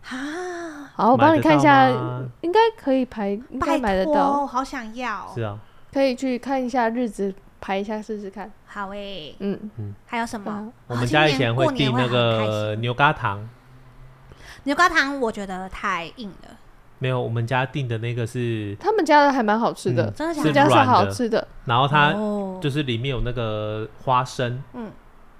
B: 啊，
A: 好，我帮你看一
D: 买
A: 下
D: 得到吗，
A: 应该可以排，应该
B: 拜
A: 买得
B: 托，
A: 到，
B: 我好想要哦
D: 是。啊，
A: 可以去看一下日子，排一下试试看。
B: 好诶，
A: 嗯，
B: 还有什么？
D: 我
B: 哦
D: 们
B: 今
D: 家以
B: 年
D: 前
B: 过
D: 会
B: 年
D: 订那
B: 很开
D: 个
B: 心
D: 牛轧糖，
B: 牛轧糖，我觉得太硬了，
D: 没有，我们家订的那个是，
A: 他们家的还蛮好吃的
D: 嗯，
B: 真的
A: 他
B: 想
D: 是
A: 们家是
D: 软的
A: 好吃的，
D: 然后它
B: 哦
D: 就是里面有那个花生，
B: 嗯，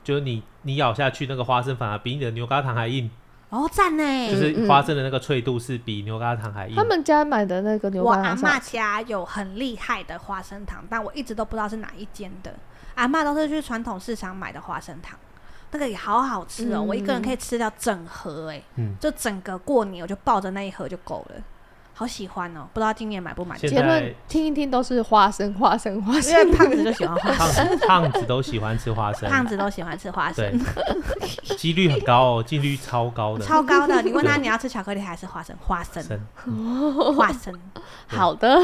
D: 就是你你咬下去那个花生反而比你的牛轧糖还硬，
B: 哦赞呢，
D: 就是花生的那个脆度是比牛轧糖还硬
A: 嗯他。们家买的那个牛
B: 我
A: 轧
B: 阿
A: 糖
B: 嬷
A: 上，
B: 家有很厉害的花生糖，但我一直都不知道是哪一间的。阿嬷都是去传统市场买的花生糖，那个也好好吃哦，
A: 嗯
B: 我一个人可以吃掉整盒哎、
D: 嗯
B: 就整个过年我就抱着那一盒就够了，好喜欢哦，不知道今年买不买得
D: 现
B: 到。
A: 结论
D: 在
A: 听一听都是花生，花生，花
B: 因为
A: 生。
B: 胖子就喜欢花
D: 胖子胖子都喜欢吃花生
B: 生，，胖子都喜欢吃花
D: 对
B: 生，，
D: 几率很高哦，几率超高的。
B: 超高的。你问他
D: 对
B: 你要吃巧克力还是花生？花生，
D: 生
B: 花生。
A: 好的，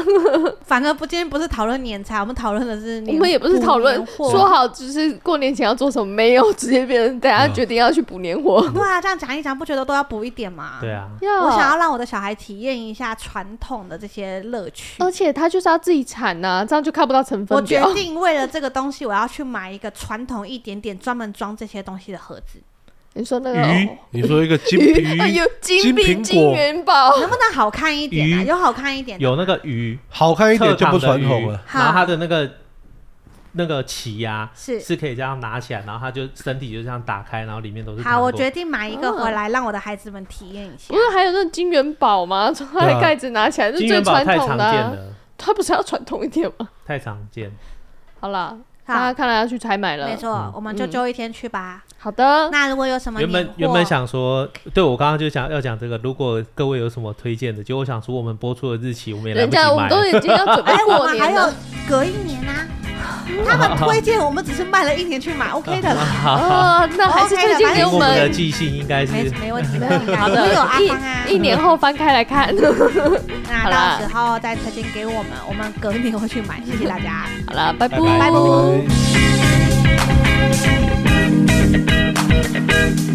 B: 反而不今天不是讨论年菜，我们讨论的是
A: 我
B: 年
A: 们也不是讨论
B: 年货
A: 说好就是过年前要做什么，没有直接变成大家
C: 嗯
A: 决定要去补年货。
B: 对啊，这样讲一讲，不觉得都要补一点吗？
D: 对啊，
A: 要
B: 我想要让我的小孩体验一下传统的这些乐趣。
A: 而且他就是要自己产呐、哦这样就看不到成
B: 我
A: 分
B: 决
A: 表。
B: 定为了这个东西，我要去买一个传统一点点、专门装这些东西的盒子，
A: 你说那个哦
C: 鱼，你说一个金
A: 哎
C: 鱼
A: 呦，金
C: 金
A: 币、
C: 苹
A: 金
C: 果
A: 元宝，
B: 能不能好看一点啊？
D: 鱼
B: 有好看一点的，
D: 有那个鱼，
C: 好看一点
D: 侧
C: 就
D: 躺
C: 不
D: 的
C: 传
D: 鱼
C: 统了。
D: 然后它的那个那个鳍呀、
B: 是
D: 是可以这样拿起来，然后它就身体就这样打开，然后里面都是糖
B: 好，
D: 果。
B: 我决定买一个回来，让我的孩子们体验一下
A: 不。是还有那金元宝吗？ 从它
D: 对
A: 的
D: 啊
A: 盖子拿起来，这是
D: 金
A: 最
D: 元宝
A: 传
D: 太
A: 统
D: 常
A: 的、
D: 见
A: 啊。
D: 了，
A: 它不是要传统一点吗？
D: 太常见。
A: 好啦，
B: 好
A: 大家看来要去采买
B: 没
A: 了。
B: 错，我们就揪一天去吧。
A: 好的，
B: 那如果有什么
D: 原
B: 年
D: 本
B: 货
D: 原本想说，对我刚刚就想要讲这个，如果各位有什么推荐的，结果我想说我们播出的日期我们也来
A: 人
D: 不及
A: 家我
D: 买
A: 们都
D: 了，
A: 已经要准备
B: 哎，我
A: 过
B: 们还
A: 年
B: 有
A: 了。
B: 隔一年 啊。他们推荐我们，只是卖了一年去买，OK 的啦，
A: 啊，那还是
B: OK
A: 推
B: 的
A: 荐
B: 反
A: 给
B: 正
D: 凭哎我
A: 我
D: 们的
A: 们
D: 记性应该是
B: 没没 问题， 没问题啊。
A: 好
B: 我们有阿
A: 的
B: 芳啊，
A: 一一年后翻开来看。
B: 那
A: 好啦
B: 到时候再推荐给我们，我们隔年会去买。谢谢大家。
A: 好了，拜拜
D: 拜
B: 拜
C: 拜拜。